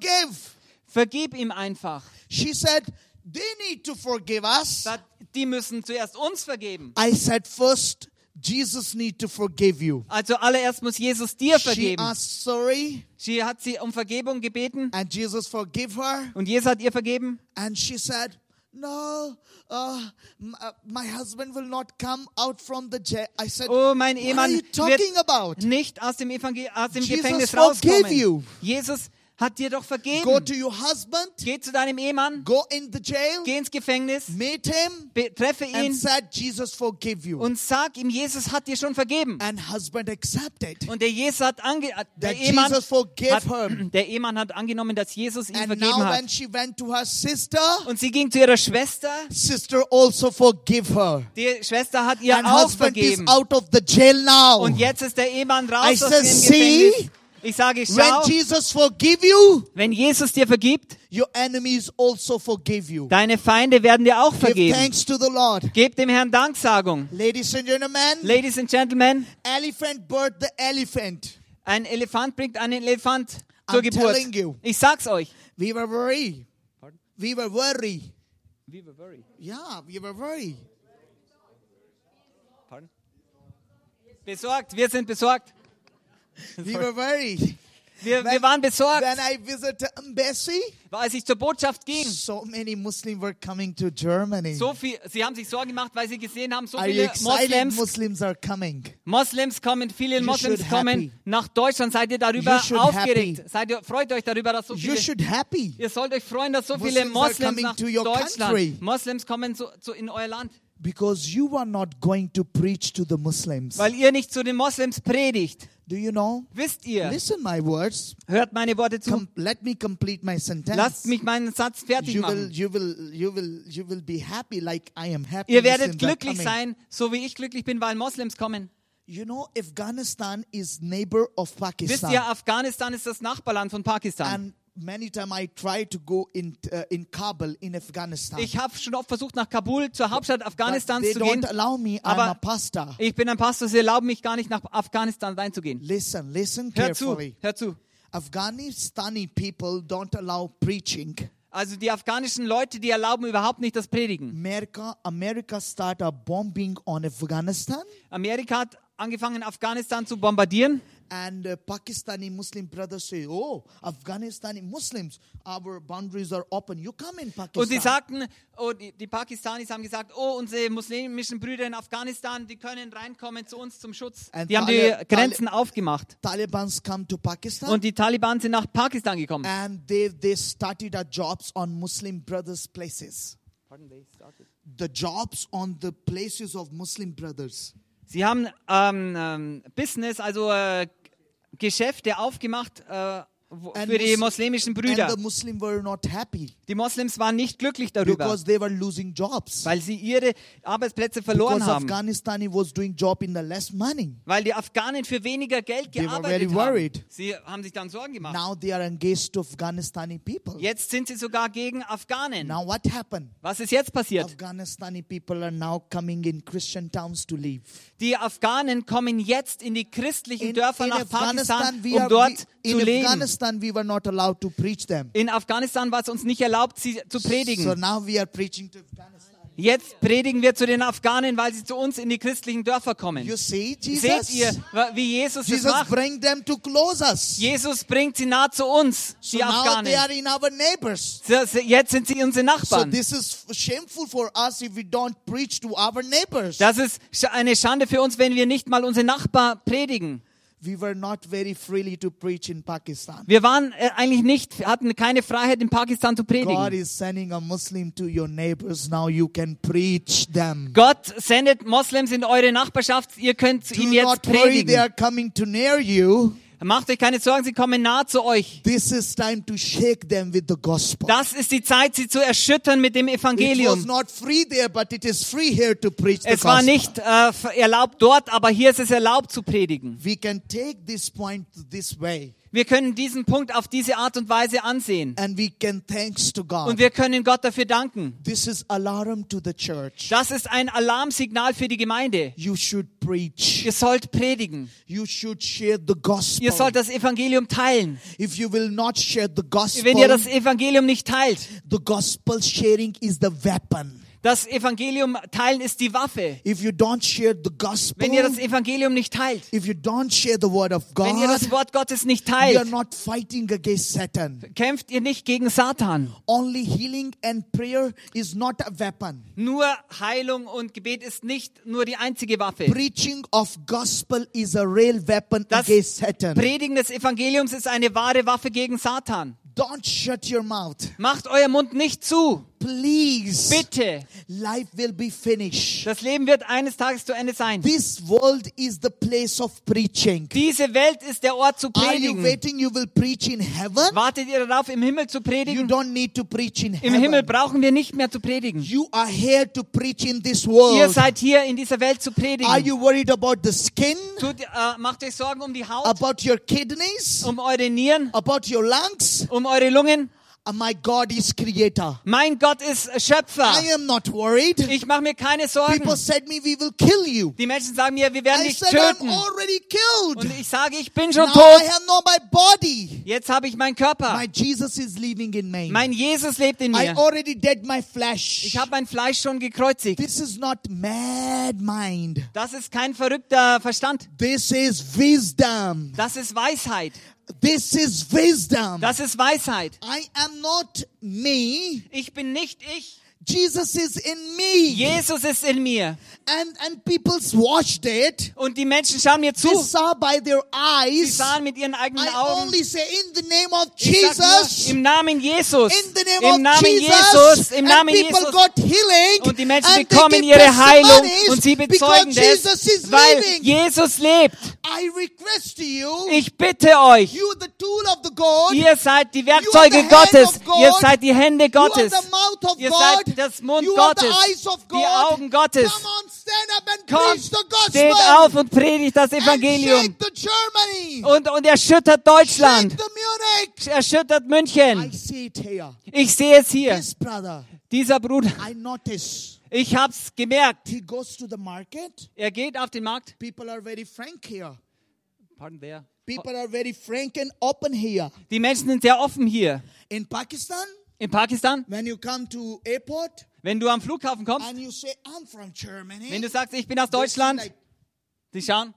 Speaker 3: forgive
Speaker 1: Vergib ihm einfach.
Speaker 3: she said they need to forgive us
Speaker 1: Sagt, Die müssen zuerst uns vergeben.
Speaker 3: i said first jesus need to forgive you
Speaker 1: Also allererst muss Jesus dir
Speaker 3: she
Speaker 1: vergeben.
Speaker 3: asked sorry
Speaker 1: Sie hat sie um Vergebung gebeten
Speaker 3: and jesus forgive her
Speaker 1: und Jesus hat ihr vergeben.
Speaker 3: and she said no, uh, m- uh, my husband will not come out from the jail. I said,
Speaker 1: Oh, mein
Speaker 3: what are
Speaker 1: Ehemann
Speaker 3: you talking about?
Speaker 1: wird nicht aus dem, Evangel aus dem
Speaker 3: Jesus
Speaker 1: Gefängnis
Speaker 3: forgave you.
Speaker 1: rauskommen. Jesus hat dir doch
Speaker 3: Go
Speaker 1: vergeben.
Speaker 3: to your husband,
Speaker 1: Geh zu deinem Ehemann,
Speaker 3: go in the jail,
Speaker 1: geh ins Gefängnis,
Speaker 3: meet him,
Speaker 1: be- treffe
Speaker 3: and
Speaker 1: ihn
Speaker 3: said, Jesus forgive you.
Speaker 1: und sag ihm, Jesus hat dir schon vergeben.
Speaker 3: And husband accepted.
Speaker 1: Und der Jesus hat ange äh, der
Speaker 3: That
Speaker 1: Ehemann
Speaker 3: Jesus forgave her.
Speaker 1: hat, <clears throat> der Ehemann hat angenommen, dass Jesus ihm
Speaker 3: And
Speaker 1: vergeben
Speaker 3: now when
Speaker 1: hat.
Speaker 3: she went to her sister,
Speaker 1: Und sie ging zu ihrer Schwester.
Speaker 3: sister also forgive her.
Speaker 1: Die Schwester hat ihr
Speaker 3: and
Speaker 1: auch
Speaker 3: husband is
Speaker 1: vergeben.
Speaker 3: out of the jail now.
Speaker 1: Und jetzt ist der Ehemann
Speaker 3: I
Speaker 1: raus aus
Speaker 3: said,
Speaker 1: dem
Speaker 3: "See?
Speaker 1: Gefängnis. Ich sage,
Speaker 3: when
Speaker 1: schau,
Speaker 3: Jesus forgive you,
Speaker 1: wenn Jesus dir vergibt,
Speaker 3: your enemies also forgive you.
Speaker 1: deine Feinde werden dir auch
Speaker 3: Give
Speaker 1: vergeben.
Speaker 3: thanks to the Lord.
Speaker 1: Gebt dem Herrn Danksagung.
Speaker 3: Ladies and gentlemen,
Speaker 1: Ladies and Gentlemen,
Speaker 3: elephant birth the elephant.
Speaker 1: ein Elefant bringt einen Elefant zur
Speaker 3: I'm
Speaker 1: Geburt.
Speaker 3: telling you.
Speaker 1: Ich sag's euch.
Speaker 3: We were worried. We were worried.
Speaker 1: We were worried.
Speaker 3: Yeah, we were worried.
Speaker 1: Pardon? Besorgt, wir sind besorgt.
Speaker 3: We were worried.
Speaker 1: Wir, wir
Speaker 3: When-
Speaker 1: waren besorgt.
Speaker 3: When I visited embassy,
Speaker 1: Als ich zur Botschaft ging,
Speaker 3: so many Muslims were coming to Germany.
Speaker 1: so viel, sie haben sich Sorgen gemacht, weil sie gesehen haben, so
Speaker 3: Are you
Speaker 1: viele
Speaker 3: excited?
Speaker 1: Moslems,
Speaker 3: Muslims are coming.
Speaker 1: Moslems kommen, viele
Speaker 3: You
Speaker 1: Moslems
Speaker 3: should
Speaker 1: kommen
Speaker 3: happy.
Speaker 1: nach Deutschland. Seid ihr darüber
Speaker 3: You should
Speaker 1: aufgeregt?
Speaker 3: happy.
Speaker 1: Seid ihr, freut euch darüber, dass so
Speaker 3: You
Speaker 1: viele...
Speaker 3: should happy
Speaker 1: Ihr sollt euch freuen, dass so viele
Speaker 3: Muslims are
Speaker 1: Moslems
Speaker 3: coming
Speaker 1: nach
Speaker 3: to your country.
Speaker 1: Deutschland... Moslems kommen zu, zu, in euer Land.
Speaker 3: because you are not going to preach to the Muslims.
Speaker 1: Weil ihr nicht zu den Moslems predigt.
Speaker 3: Do you know?
Speaker 1: Wisst ihr?
Speaker 3: Listen my words.
Speaker 1: Hört meine Worte zu.
Speaker 3: Com- let me complete my sentence.
Speaker 1: Lasst mich meinen Satz fertig
Speaker 3: you will,
Speaker 1: machen.
Speaker 3: you will, you will, you will be happy like I am happy.
Speaker 1: Ihr werdet
Speaker 3: Muslims are
Speaker 1: glücklich
Speaker 3: coming.
Speaker 1: sein, so wie ich glücklich bin, weil Moslems kommen.
Speaker 3: You know, Afghanistan is neighbor of
Speaker 1: Wisst
Speaker 3: Pakistan.
Speaker 1: ihr, Afghanistan ist das Nachbarland von Pakistan.
Speaker 3: and many time I try to go in uh, in Kabul in Afghanistan.
Speaker 1: Ich habe schon oft versucht, nach Kabul, zur Hauptstadt
Speaker 3: But
Speaker 1: Afghanistans
Speaker 3: they
Speaker 1: zu
Speaker 3: don't
Speaker 1: gehen.
Speaker 3: allow me. I'm
Speaker 1: aber-
Speaker 3: a pastor.
Speaker 1: Ich bin ein Pastor, sie erlauben mich gar nicht, nach Afghanistan reinzugehen.
Speaker 3: Listen, listen
Speaker 1: Hör zu,
Speaker 3: carefully.
Speaker 1: hör zu.
Speaker 3: Afghanistani people don't allow preaching.
Speaker 1: Also die afghanischen Leute, die erlauben überhaupt nicht das Predigen.
Speaker 3: America, America start a bombing on Afghanistan,
Speaker 1: Amerika hat angefangen, Afghanistan zu bombardieren.
Speaker 3: and uh, Pakistani Muslim brothers say, "Oh, Afghanistani Muslims, our boundaries are open. You come in
Speaker 1: Und sie
Speaker 3: Pakistan."
Speaker 1: sagten, oh, die, die Pakistanis haben gesagt, oh, unsere muslimischen Brüder in Afghanistan, die können reinkommen zu uns zum Schutz.
Speaker 3: And
Speaker 1: Die haben die
Speaker 3: Tali-
Speaker 1: Grenzen aufgemacht.
Speaker 3: Taliban's come to Pakistan,
Speaker 1: Und die Taliban sind nach Pakistan gekommen.
Speaker 3: and they they started a jobs on Muslim brothers' places. The jobs on the places of Muslim brothers.
Speaker 1: Sie haben ähm, ähm, Business, also äh, Geschäfte aufgemacht äh, wo-
Speaker 3: And
Speaker 1: für die
Speaker 3: Mus-
Speaker 1: muslimischen
Speaker 3: And
Speaker 1: Brüder.
Speaker 3: the Muslim were not happy
Speaker 1: Die Moslems waren nicht glücklich darüber,
Speaker 3: because they were losing jobs.
Speaker 1: weil sie ihre Arbeitsplätze verloren
Speaker 3: Because
Speaker 1: haben,
Speaker 3: Afghanistani was doing job in the less money.
Speaker 1: weil die Afghanen für weniger Geld
Speaker 3: They were
Speaker 1: gearbeitet haben.
Speaker 3: very worried.
Speaker 1: Sie haben sich dann Sorgen gemacht.
Speaker 3: Now they are engaged to Afghanistani people.
Speaker 1: Jetzt sind sie sogar gegen Afghanen.
Speaker 3: Now what happened?
Speaker 1: Was ist jetzt passiert?
Speaker 3: Afghanistani people are now coming in Christian towns to live.
Speaker 1: Die Afghanen kommen jetzt in die christlichen
Speaker 3: In,
Speaker 1: Dörfer
Speaker 3: in
Speaker 1: nach Pakistan,
Speaker 3: we
Speaker 1: um
Speaker 3: are-
Speaker 1: dort
Speaker 3: we,
Speaker 1: zu
Speaker 3: in
Speaker 1: leben.
Speaker 3: Afghanistan we were not allowed to preach them.
Speaker 1: In Afghanistan war es uns nicht erlaubt, sie zu predigen.
Speaker 3: So now we are preaching to Afghanistan.
Speaker 1: Jetzt predigen wir zu den Afghanen, weil sie zu uns in die christlichen Dörfer kommen.
Speaker 3: You see, Jesus,
Speaker 1: Seht ihr, wa- wie Jesus das
Speaker 3: Jesus
Speaker 1: macht?
Speaker 3: bring them to close us.
Speaker 1: Jesus bringt sie nah zu uns,
Speaker 3: so
Speaker 1: die
Speaker 3: now
Speaker 1: Afghanen.
Speaker 3: they are in our neighbors.
Speaker 1: So- so- Jetzt sind sie unsere
Speaker 3: So
Speaker 1: Nachbarn.
Speaker 3: this is shameful for us if we don't preach to our neighbors.
Speaker 1: Das ist sch- eine Schande für uns, wenn wir nicht mal unsere Nachbarn predigen.
Speaker 3: we were not very freely to preach in Pakistan.
Speaker 1: Wir waren äh, eigentlich nicht, hatten keine Freiheit in Pakistan zu
Speaker 3: God
Speaker 1: predigen.
Speaker 3: is sending a Muslim to your neighbors. Now you can preach them.
Speaker 1: Gott sendet Moslems in eure Nachbarschaft, ihr könnt zu
Speaker 3: Do
Speaker 1: ihnen jetzt
Speaker 3: not worry, they
Speaker 1: predigen.
Speaker 3: are coming to near you.
Speaker 1: Macht euch keine Sorgen, sie kommen nah zu euch.
Speaker 3: This is time to shake them with the gospel.
Speaker 1: Das ist die Zeit, sie zu erschüttern mit dem
Speaker 3: it was
Speaker 1: Evangelium.
Speaker 3: not free there, but it is free here to preach the
Speaker 1: Es
Speaker 3: gospel.
Speaker 1: war nicht äh, f- erlaubt dort, aber hier ist es erlaubt zu predigen.
Speaker 3: we can take this point this way,
Speaker 1: Wir können diesen Punkt auf diese Art und Weise ansehen.
Speaker 3: and we can thanks to God.
Speaker 1: Und wir können Gott dafür danken.
Speaker 3: this is alarm to the church.
Speaker 1: Das ist ein Alarmsignal für die Gemeinde.
Speaker 3: You should preach.
Speaker 1: Ihr sollt predigen.
Speaker 3: You should share the gospel.
Speaker 1: Ihr sollt das Evangelium teilen.
Speaker 3: if you will not share the gospel,
Speaker 1: Wenn ihr das Evangelium nicht teilt,
Speaker 3: the gospel sharing is the weapon.
Speaker 1: Das Evangelium teilen ist die Waffe.
Speaker 3: If you don't share the gospel,
Speaker 1: Wenn ihr das Evangelium nicht teilt,
Speaker 3: if you don't share the word of
Speaker 1: wenn ihr
Speaker 3: God,
Speaker 1: das Wort Gottes nicht
Speaker 3: you are
Speaker 1: teilt,
Speaker 3: not fighting against Satan.
Speaker 1: kämpft ihr nicht gegen Satan.
Speaker 3: Only healing and prayer is not a weapon.
Speaker 1: Nur Heilung und Gebet ist nicht nur die einzige Waffe.
Speaker 3: Preaching of gospel is a real weapon
Speaker 1: Das
Speaker 3: against Satan.
Speaker 1: Predigen des Evangeliums ist eine wahre Waffe gegen Satan.
Speaker 3: Don't shut your mouth.
Speaker 1: Macht euer Mund nicht zu.
Speaker 3: Please.
Speaker 1: Bitte.
Speaker 3: Life will be finished.
Speaker 1: Das Leben wird eines Tages zu Ende sein.
Speaker 3: This world is the place of preaching.
Speaker 1: Diese Welt ist der Ort zu
Speaker 3: Are you
Speaker 1: predigen.
Speaker 3: waiting? You will preach in heaven.
Speaker 1: Wartet ihr darauf, im Himmel zu
Speaker 3: You
Speaker 1: predigen?
Speaker 3: don't need to preach in
Speaker 1: Im Himmel
Speaker 3: heaven.
Speaker 1: brauchen wir nicht mehr zu predigen.
Speaker 3: You are here to preach in this
Speaker 1: Ihr
Speaker 3: world.
Speaker 1: seid hier in dieser Welt zu
Speaker 3: Are
Speaker 1: predigen.
Speaker 3: you worried about the skin?
Speaker 1: Tut, äh, macht euch Sorgen um die Haut,
Speaker 3: About your kidneys?
Speaker 1: um eure Nieren,
Speaker 3: About your lungs?
Speaker 1: um eure Lungen.
Speaker 3: Uh, My God is creator.
Speaker 1: Mein Gott ist Schöpfer.
Speaker 3: I am not worried.
Speaker 1: Ich mache mir keine Sorgen.
Speaker 3: People said me, we will kill you.
Speaker 1: Die Menschen sagen mir, wir werden
Speaker 3: I
Speaker 1: dich
Speaker 3: said, I'm
Speaker 1: töten.
Speaker 3: already
Speaker 1: Und
Speaker 3: killed.
Speaker 1: ich sage, ich bin
Speaker 3: Now
Speaker 1: schon
Speaker 3: I
Speaker 1: tot.
Speaker 3: have no my body.
Speaker 1: Jetzt habe ich meinen Körper.
Speaker 3: My Jesus is living in me.
Speaker 1: Mein Jesus lebt in
Speaker 3: I
Speaker 1: mir.
Speaker 3: already dead my flesh.
Speaker 1: Ich habe mein Fleisch schon gekreuzigt.
Speaker 3: This is not mad mind.
Speaker 1: Das ist kein verrückter Verstand.
Speaker 3: This is wisdom.
Speaker 1: Das ist Weisheit.
Speaker 3: This is wisdom.
Speaker 1: Das ist Weisheit.
Speaker 3: I am not me.
Speaker 1: Ich bin nicht ich.
Speaker 3: Jesus is in me.
Speaker 1: Jesus ist in mir.
Speaker 3: And and people's watched it.
Speaker 1: Und die Menschen schauen mir
Speaker 3: They
Speaker 1: zu.
Speaker 3: saw by their
Speaker 1: Sie
Speaker 3: eyes.
Speaker 1: sahen mit ihren eigenen
Speaker 3: I
Speaker 1: Augen.
Speaker 3: only say in the name of
Speaker 1: Ich sag nur,
Speaker 3: Jesus.
Speaker 1: Im Namen Jesus.
Speaker 3: In the name
Speaker 1: Im
Speaker 3: of
Speaker 1: Namen
Speaker 3: Jesus,
Speaker 1: Jesus. Im
Speaker 3: and
Speaker 1: Namen
Speaker 3: people
Speaker 1: Jesus.
Speaker 3: got healing,
Speaker 1: Und die Menschen
Speaker 3: and they
Speaker 1: bekommen
Speaker 3: give
Speaker 1: ihre Heilung
Speaker 3: testimonies
Speaker 1: und sie
Speaker 3: because
Speaker 1: bezeugen
Speaker 3: Jesus
Speaker 1: das,
Speaker 3: is
Speaker 1: weil
Speaker 3: living.
Speaker 1: Jesus lebt.
Speaker 3: I request you,
Speaker 1: Ich bitte euch,
Speaker 3: you are the tool of the God,
Speaker 1: ihr seid die
Speaker 3: You
Speaker 1: Werkzeuge
Speaker 3: are the hand
Speaker 1: Gottes,
Speaker 3: of God.
Speaker 1: ihr seid die Hände Gottes,
Speaker 3: you are the mouth of
Speaker 1: ihr
Speaker 3: God,
Speaker 1: seid das Mund
Speaker 3: you are
Speaker 1: Gottes,
Speaker 3: the eyes of
Speaker 1: die
Speaker 3: God.
Speaker 1: Augen Gottes.
Speaker 3: Come on, stand up and preach the
Speaker 1: Kommt,
Speaker 3: gospel.
Speaker 1: steht auf und predigt das
Speaker 3: And
Speaker 1: Evangelium
Speaker 3: shake the Germany.
Speaker 1: und, und erschüttert
Speaker 3: Shake
Speaker 1: Deutschland,
Speaker 3: the Munich.
Speaker 1: erschüttert
Speaker 3: I
Speaker 1: München.
Speaker 3: see it here.
Speaker 1: Ich sehe es hier,
Speaker 3: This brother,
Speaker 1: dieser Bruder.
Speaker 3: I notice.
Speaker 1: Ich hab's gemerkt.
Speaker 3: He goes to the market.
Speaker 1: Er geht auf den Markt.
Speaker 3: People are very frank here.
Speaker 1: Pardon there.
Speaker 3: People are very frank and open here.
Speaker 1: Die Menschen sind sehr offen hier.
Speaker 3: In Pakistan,
Speaker 1: In Pakistan,
Speaker 3: when you come to airport
Speaker 1: wenn du am Flughafen kommst,
Speaker 3: and you say, I'm from Germany.
Speaker 1: wenn du sagst, ich bin aus
Speaker 3: they say
Speaker 1: Deutschland,
Speaker 3: like-
Speaker 1: die schauen.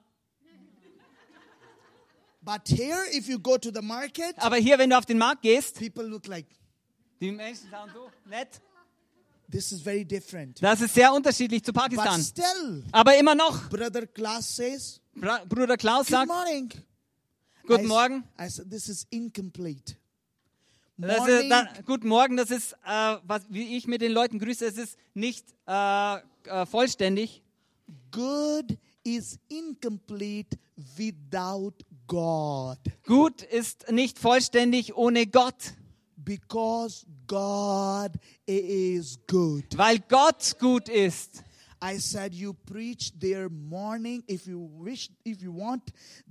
Speaker 3: but here, if you go to the market,
Speaker 1: Aber hier, wenn du auf den Markt gehst,
Speaker 3: people look like,
Speaker 1: die Menschen sagen so, nett.
Speaker 3: this is very different.
Speaker 1: Das ist sehr unterschiedlich zu
Speaker 3: But
Speaker 1: Pakistan.
Speaker 3: still,
Speaker 1: Aber immer noch,
Speaker 3: Brother Klaus says,
Speaker 1: Bra Bruder Klaus
Speaker 3: Good
Speaker 1: sagt,
Speaker 3: morning. I
Speaker 1: guten
Speaker 3: s-
Speaker 1: Morgen.
Speaker 3: I said, this is incomplete.
Speaker 1: Das
Speaker 3: Morning,
Speaker 1: ist, da, Also, guten Morgen, das ist, äh, was, wie ich mit den Leuten grüße, es ist nicht äh, äh, vollständig.
Speaker 3: good is incomplete without God.
Speaker 1: Gut ist nicht vollständig ohne Gott,
Speaker 3: Because God is good.
Speaker 1: weil Gott gut ist.
Speaker 3: I said you preach their morning if you wish if you want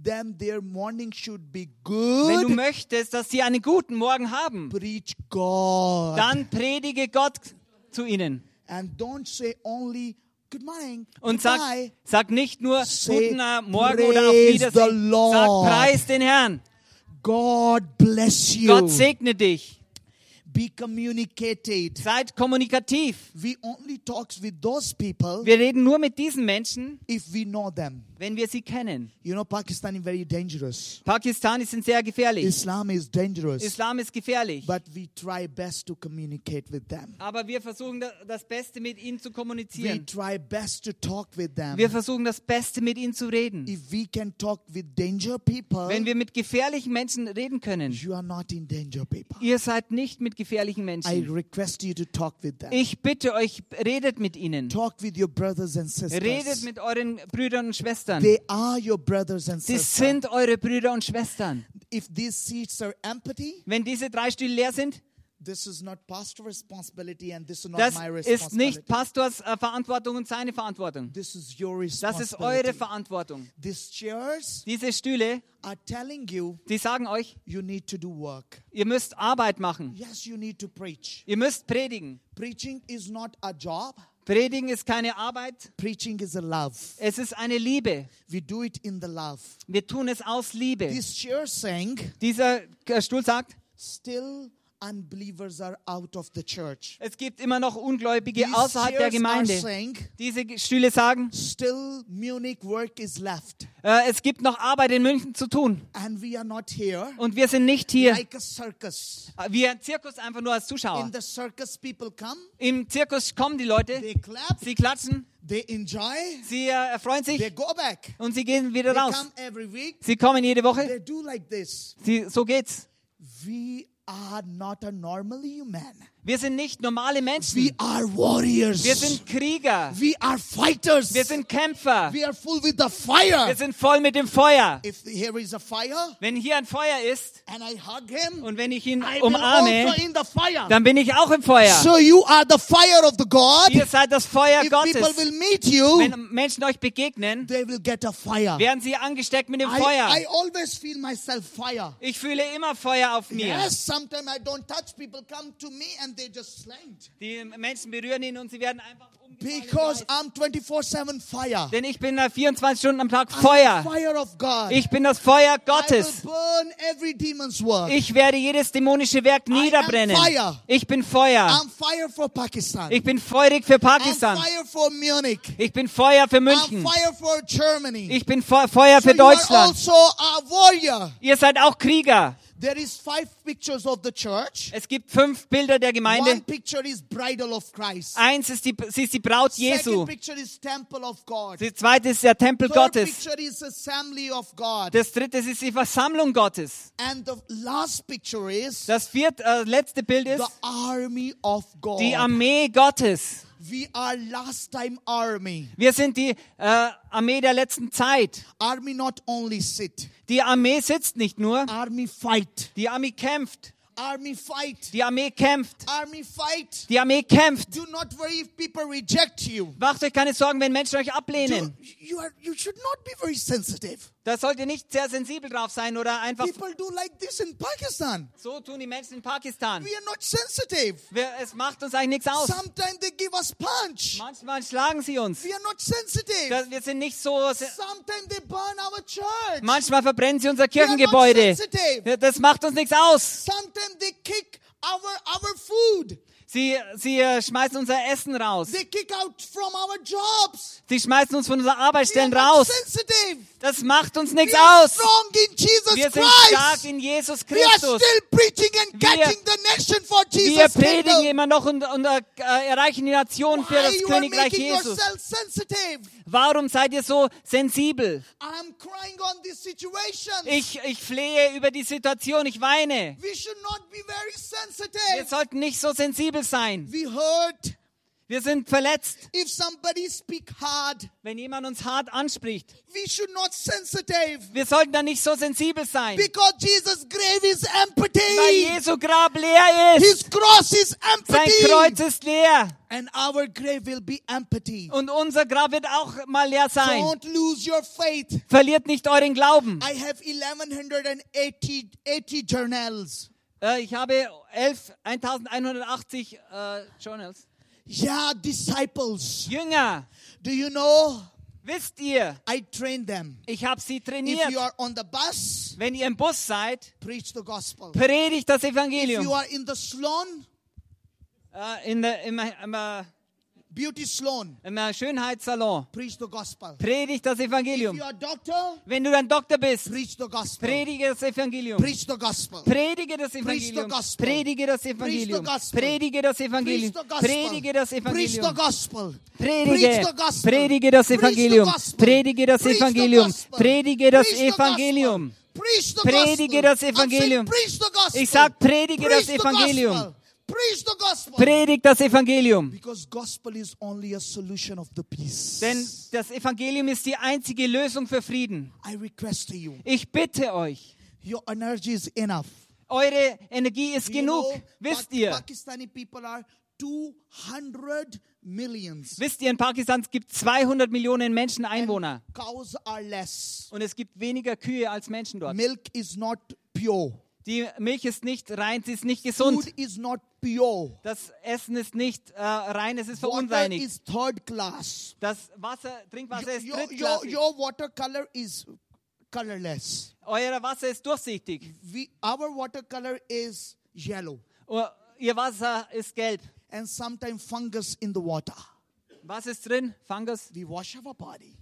Speaker 3: them their morning should be
Speaker 1: Wenn du
Speaker 3: good.
Speaker 1: möchtest, dass sie einen guten Morgen haben,
Speaker 3: Preach God
Speaker 1: dann predige Gott zu ihnen.
Speaker 3: and don't say only good morning.
Speaker 1: Und sag,
Speaker 3: goodbye.
Speaker 1: sag nicht nur
Speaker 3: Say,
Speaker 1: guten äh, Morgen oder auf
Speaker 3: "Praise the
Speaker 1: Wiedersehen. Sag
Speaker 3: Lord.
Speaker 1: preis den Herrn.
Speaker 3: God bless you.
Speaker 1: Gott segne dich.
Speaker 3: be communicated.
Speaker 1: Seid kommunikativ.
Speaker 3: We only talks with those people
Speaker 1: Wir reden nur mit diesen Menschen,
Speaker 3: if we know them.
Speaker 1: wenn wir sie kennen.
Speaker 3: You know Pakistan is very dangerous.
Speaker 1: Pakistanis sind sehr gefährlich.
Speaker 3: Islam is dangerous.
Speaker 1: Islam ist gefährlich.
Speaker 3: But we try best to communicate with them.
Speaker 1: Aber wir versuchen da- das Beste mit ihnen zu
Speaker 3: We
Speaker 1: kommunizieren.
Speaker 3: try best to talk with them.
Speaker 1: Wir versuchen das Beste mit ihnen zu reden.
Speaker 3: If we can talk with danger people,
Speaker 1: Wenn wir mit gefährlichen Menschen reden können,
Speaker 3: you are not in danger people.
Speaker 1: ihr seid nicht mit gefährlichen
Speaker 3: I
Speaker 1: Menschen.
Speaker 3: request you to talk with them.
Speaker 1: Ich bitte euch, redet mit ihnen.
Speaker 3: Talk with your brothers and
Speaker 1: Redet
Speaker 3: sisters.
Speaker 1: mit euren Brüdern und Schwestern.
Speaker 3: They are your brothers and
Speaker 1: Sie
Speaker 3: sisters.
Speaker 1: sind eure Brüder und Schwestern.
Speaker 3: If these seats are empty,
Speaker 1: Wenn diese drei Stühle leer sind,
Speaker 3: this is not pastor responsibility and this is not
Speaker 1: das
Speaker 3: my
Speaker 1: ist
Speaker 3: responsibility.
Speaker 1: nicht Pastors äh, Verantwortung und seine Verantwortung.
Speaker 3: This is your
Speaker 1: Das ist eure
Speaker 3: responsibility.
Speaker 1: Verantwortung.
Speaker 3: These chairs
Speaker 1: Diese Stühle,
Speaker 3: are telling you
Speaker 1: die sagen euch,
Speaker 3: you need to do work.
Speaker 1: ihr müsst Arbeit machen.
Speaker 3: Yes, you need to preach.
Speaker 1: Ihr müsst predigen.
Speaker 3: Preaching is not a job.
Speaker 1: Predigen ist keine Arbeit,
Speaker 3: Preaching is a love.
Speaker 1: es ist eine Liebe.
Speaker 3: We do it in the love.
Speaker 1: Wir tun es aus Liebe.
Speaker 3: This chair saying,
Speaker 1: Dieser äh, Stuhl sagt,
Speaker 3: Still unbelievers are out of the church.
Speaker 1: Es gibt immer noch Ungläubige
Speaker 3: These
Speaker 1: außerhalb der
Speaker 3: chairs are
Speaker 1: Gemeinde.
Speaker 3: saying,
Speaker 1: Diese Ge- Stühle sagen,
Speaker 3: still Munich work is left,
Speaker 1: äh, es gibt noch Arbeit in München zu tun.
Speaker 3: and we are not here.
Speaker 1: Und wir sind nicht hier. Äh,
Speaker 3: Like a circus.
Speaker 1: Wir im Zirkus einfach nur als Zuschauer.
Speaker 3: In the circus, people come,
Speaker 1: Im Zirkus kommen die Leute,
Speaker 3: they clap,
Speaker 1: sie klatschen,
Speaker 3: they enjoy,
Speaker 1: sie äh, erfreuen
Speaker 3: they
Speaker 1: sich
Speaker 3: go back.
Speaker 1: und sie gehen
Speaker 3: They
Speaker 1: wieder raus.
Speaker 3: come every week,
Speaker 1: Sie kommen jede Woche.
Speaker 3: they do like this.
Speaker 1: Sie, so geht's.
Speaker 3: We are not a normal human.
Speaker 1: Wir sind nicht normale
Speaker 3: We
Speaker 1: Menschen.
Speaker 3: are warriors.
Speaker 1: Wir sind Krieger.
Speaker 3: we are fighters.
Speaker 1: Wir sind Kämpfer.
Speaker 3: we are full with the fire.
Speaker 1: Wir sind voll mit dem Feuer.
Speaker 3: If here is a fire
Speaker 1: Wenn hier ein Feuer ist
Speaker 3: and I hug him,
Speaker 1: und wenn ich ihn
Speaker 3: I will
Speaker 1: umarme,
Speaker 3: also in Um, the fire.
Speaker 1: dann bin ich auch im Feuer.
Speaker 3: So you are the fire of the God.
Speaker 1: Ihr seid das Feuer
Speaker 3: if people
Speaker 1: Gottes.
Speaker 3: will meet you,
Speaker 1: Wenn Menschen euch begegnen,
Speaker 3: they will get a fire.
Speaker 1: werden sie angesteckt mit dem
Speaker 3: I,
Speaker 1: Feuer.
Speaker 3: I always feel myself fire.
Speaker 1: Ich fühle immer Feuer auf mir.
Speaker 3: Yes, sometimes I don't touch. People come to me and they just slammed.
Speaker 1: Die Menschen berühren ihn und sie werden einfach
Speaker 3: Because
Speaker 1: umgebracht.
Speaker 3: I'm 24-7 fire.
Speaker 1: Denn ich bin da 24 Stunden am Tag
Speaker 3: I'm
Speaker 1: Feuer.
Speaker 3: Fire of God.
Speaker 1: Ich bin das Feuer Gottes.
Speaker 3: I will burn every demon's work.
Speaker 1: Ich werde jedes dämonische Werk niederbrennen.
Speaker 3: fire.
Speaker 1: Ich bin Feuer.
Speaker 3: I'm fire for Pakistan.
Speaker 1: Ich bin feurig für
Speaker 3: I'm
Speaker 1: Ah. Pakistan.
Speaker 3: fire for Munich.
Speaker 1: Ich bin Feuer für München.
Speaker 3: I'm fire for Germany.
Speaker 1: Ich bin Fe Feuer
Speaker 3: so
Speaker 1: für
Speaker 3: you are
Speaker 1: Deutschland.
Speaker 3: also a warrior.
Speaker 1: Ihr seid auch Krieger.
Speaker 3: There is five pictures of the church.
Speaker 1: Es gibt fünf Bilder der
Speaker 3: One
Speaker 1: Gemeinde.
Speaker 3: picture is bridal of Christ.
Speaker 1: Eins ist die, sie ist die Braut Ah, Jesu.
Speaker 3: Second picture is temple of God.
Speaker 1: Die zweite ist der Tempel
Speaker 3: Third
Speaker 1: Gottes.
Speaker 3: picture is assembly of God.
Speaker 1: Das dritte ist die Versammlung Gottes.
Speaker 3: and the last picture is
Speaker 1: Das vierte, äh, letzte Bild
Speaker 3: the
Speaker 1: ist
Speaker 3: army of God.
Speaker 1: die Armee Gottes.
Speaker 3: we are last time army.
Speaker 1: Wir sind die äh, Armee der letzten Zeit.
Speaker 3: Army not only sit.
Speaker 1: Die Armee sitzt nicht nur.
Speaker 3: Army fight.
Speaker 1: Die Armee kämpft.
Speaker 3: Army fight.
Speaker 1: Die Armee kämpft.
Speaker 3: Army fight.
Speaker 1: Die Armee kämpft.
Speaker 3: Do not worry if people reject you.
Speaker 1: Macht euch keine Sorgen, wenn Menschen euch
Speaker 3: Do,
Speaker 1: ablehnen.
Speaker 3: you are you should not be very sensitive.
Speaker 1: Da sollt ihr nicht sehr sensibel drauf sein oder einfach
Speaker 3: People do like this in Pakistan.
Speaker 1: so tun die Menschen in Pakistan.
Speaker 3: We are not sensitive.
Speaker 1: Wir, es macht uns eigentlich nichts aus.
Speaker 3: Sometimes they give us punch.
Speaker 1: Manchmal schlagen sie uns.
Speaker 3: We are not sensitive.
Speaker 1: Das, wir sind nicht so. se-
Speaker 3: Sometimes they burn our church.
Speaker 1: Manchmal verbrennen sie unser
Speaker 3: We are not
Speaker 1: Kirchengebäude.
Speaker 3: sensitive.
Speaker 1: Ja, Das macht uns nichts aus.
Speaker 3: Sometimes they kick our our food.
Speaker 1: Sie, sie äh, schmeißen unser Essen raus.
Speaker 3: They kick out from our jobs.
Speaker 1: Sie schmeißen uns von unseren
Speaker 3: We are
Speaker 1: Arbeitsstellen
Speaker 3: not
Speaker 1: raus.
Speaker 3: sensitive.
Speaker 1: Das macht uns
Speaker 3: We
Speaker 1: nichts
Speaker 3: are
Speaker 1: aus.
Speaker 3: strong in Jesus
Speaker 1: Wir sind stark
Speaker 3: Christ.
Speaker 1: in Jesus
Speaker 3: We are
Speaker 1: Christus.
Speaker 3: still preaching and
Speaker 1: Wir-
Speaker 3: catching the nation for
Speaker 1: Wir
Speaker 3: Jesus.
Speaker 1: predigen
Speaker 3: kingdom.
Speaker 1: immer noch und, und äh, erreichen die Nation für
Speaker 3: Why
Speaker 1: das
Speaker 3: you are
Speaker 1: Königreich
Speaker 3: making
Speaker 1: Jesus.
Speaker 3: yourself sensitive?
Speaker 1: Warum seid ihr so sensibel?
Speaker 3: I'm crying on this situation.
Speaker 1: Ich, ich flehe über die Situation, ich weine.
Speaker 3: We should not be very
Speaker 1: Wir
Speaker 3: sensitive.
Speaker 1: sollten nicht so sensibel sein.
Speaker 3: We hurt
Speaker 1: Wir sind verletzt,
Speaker 3: if somebody speak hard.
Speaker 1: wenn jemand uns hart anspricht.
Speaker 3: We should not sensitive
Speaker 1: Wir sollten dann nicht so sensibel sein.
Speaker 3: because Jesus' grave is
Speaker 1: Weil
Speaker 3: empty.
Speaker 1: Jesu Grab leer ist.
Speaker 3: His cross is
Speaker 1: Sein Kreuz
Speaker 3: empty.
Speaker 1: ist leer.
Speaker 3: And our grave will be empty.
Speaker 1: Und unser Grab wird auch mal leer sein.
Speaker 3: Don't lose your faith.
Speaker 1: Verliert nicht euren Glauben.
Speaker 3: I have 1180 80 journals.
Speaker 1: Äh, ich habe 11, 1180 äh, Journals.
Speaker 3: Yeah, disciples.
Speaker 1: Jünger,
Speaker 3: Do you know?
Speaker 1: wisst ihr,
Speaker 3: I train them.
Speaker 1: ich habe sie
Speaker 3: If
Speaker 1: trainiert.
Speaker 3: you are on the bus,
Speaker 1: Wenn ihr im Bus seid,
Speaker 3: preach the gospel.
Speaker 1: predigt das
Speaker 3: If you
Speaker 1: Evangelium.
Speaker 3: are in the Sloan,
Speaker 1: Äh, in der, im, im, äh,
Speaker 3: beauty Sloan,
Speaker 1: im äh, Schönheitssalon.
Speaker 3: preach the gospel.
Speaker 1: Predigt das
Speaker 3: If
Speaker 1: Evangelium.
Speaker 3: you are doctor,
Speaker 1: Wenn du ein Doktor bist,
Speaker 3: preach the gospel.
Speaker 1: predige das Evangelium.
Speaker 3: Preach the gospel.
Speaker 1: Predige das
Speaker 3: Preach the
Speaker 1: Evangelium.
Speaker 3: gospel.
Speaker 1: Predige das
Speaker 3: Preach the
Speaker 1: Evangelium.
Speaker 3: gospel.
Speaker 1: Predige das
Speaker 3: Preach
Speaker 1: Evangelium.
Speaker 3: the gospel.
Speaker 1: Predige das
Speaker 3: Preach the
Speaker 1: Evangelium.
Speaker 3: gospel. Preach
Speaker 1: Predige,
Speaker 3: the gospel.
Speaker 1: predige das
Speaker 3: Preach the
Speaker 1: Evangelium,
Speaker 3: gospel.
Speaker 1: predige das
Speaker 3: Preach the
Speaker 1: Evangelium,
Speaker 3: gospel.
Speaker 1: predige das
Speaker 3: Preach the gospel.
Speaker 1: Evangelium.
Speaker 3: Preach the
Speaker 1: Predige
Speaker 3: gospel.
Speaker 1: das
Speaker 3: I'm saying
Speaker 1: Evangelium.
Speaker 3: preach the gospel.
Speaker 1: Ich sag, predige
Speaker 3: Preach
Speaker 1: das
Speaker 3: the
Speaker 1: Evangelium.
Speaker 3: gospel. Preach the gospel.
Speaker 1: Predigt das Evangelium,
Speaker 3: Because gospel is only a solution of the peace.
Speaker 1: denn das Evangelium ist die einzige Lösung für Frieden.
Speaker 3: I request to you,
Speaker 1: Ich bitte euch,
Speaker 3: your energy is enough.
Speaker 1: eure Energie ist
Speaker 3: You
Speaker 1: genug,
Speaker 3: know,
Speaker 1: wisst
Speaker 3: Pak-
Speaker 1: ihr.
Speaker 3: Pakistani people are 200 millions.
Speaker 1: Wisst ihr, in Pakistan gibt 200 Millionen Menschen Einwohner
Speaker 3: Cows are less.
Speaker 1: und es gibt weniger Kühe als Menschen dort.
Speaker 3: Milk is not pure.
Speaker 1: Die Milch ist nicht rein, sie ist nicht
Speaker 3: Food
Speaker 1: gesund.
Speaker 3: is not pure.
Speaker 1: Das Essen ist nicht äh, rein, es ist
Speaker 3: Water
Speaker 1: verunreinigt.
Speaker 3: is third class.
Speaker 1: Das Wasser, Trinkwasser ist
Speaker 3: Your, your,
Speaker 1: drittklassig.
Speaker 3: your water color is colorless.
Speaker 1: Euer Wasser ist durchsichtig.
Speaker 3: We, our water color is yellow.
Speaker 1: Oh, ihr Wasser ist gelb.
Speaker 3: and sometimes fungus in the water.
Speaker 1: Was ist drin? Fungus.
Speaker 3: We wash our body.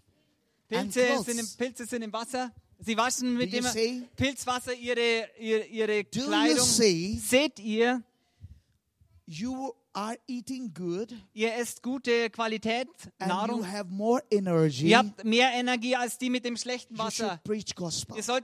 Speaker 3: And
Speaker 1: Pilze
Speaker 3: clothes.
Speaker 1: sind im, Pilze sind im Wasser. Sie waschen mit
Speaker 3: Do you
Speaker 1: dem
Speaker 3: see?
Speaker 1: Pilzwasser ihre, ihre, ihre
Speaker 3: Do you
Speaker 1: Kleidung.
Speaker 3: see?
Speaker 1: Seht ihr,
Speaker 3: You are eating good
Speaker 1: ihr esst gute Qualität
Speaker 3: and you
Speaker 1: Nahrung.
Speaker 3: have more energy.
Speaker 1: Ihr habt mehr Energie als die mit dem schlechten
Speaker 3: You
Speaker 1: Wasser.
Speaker 3: should preach gospel.
Speaker 1: Ihr sollt,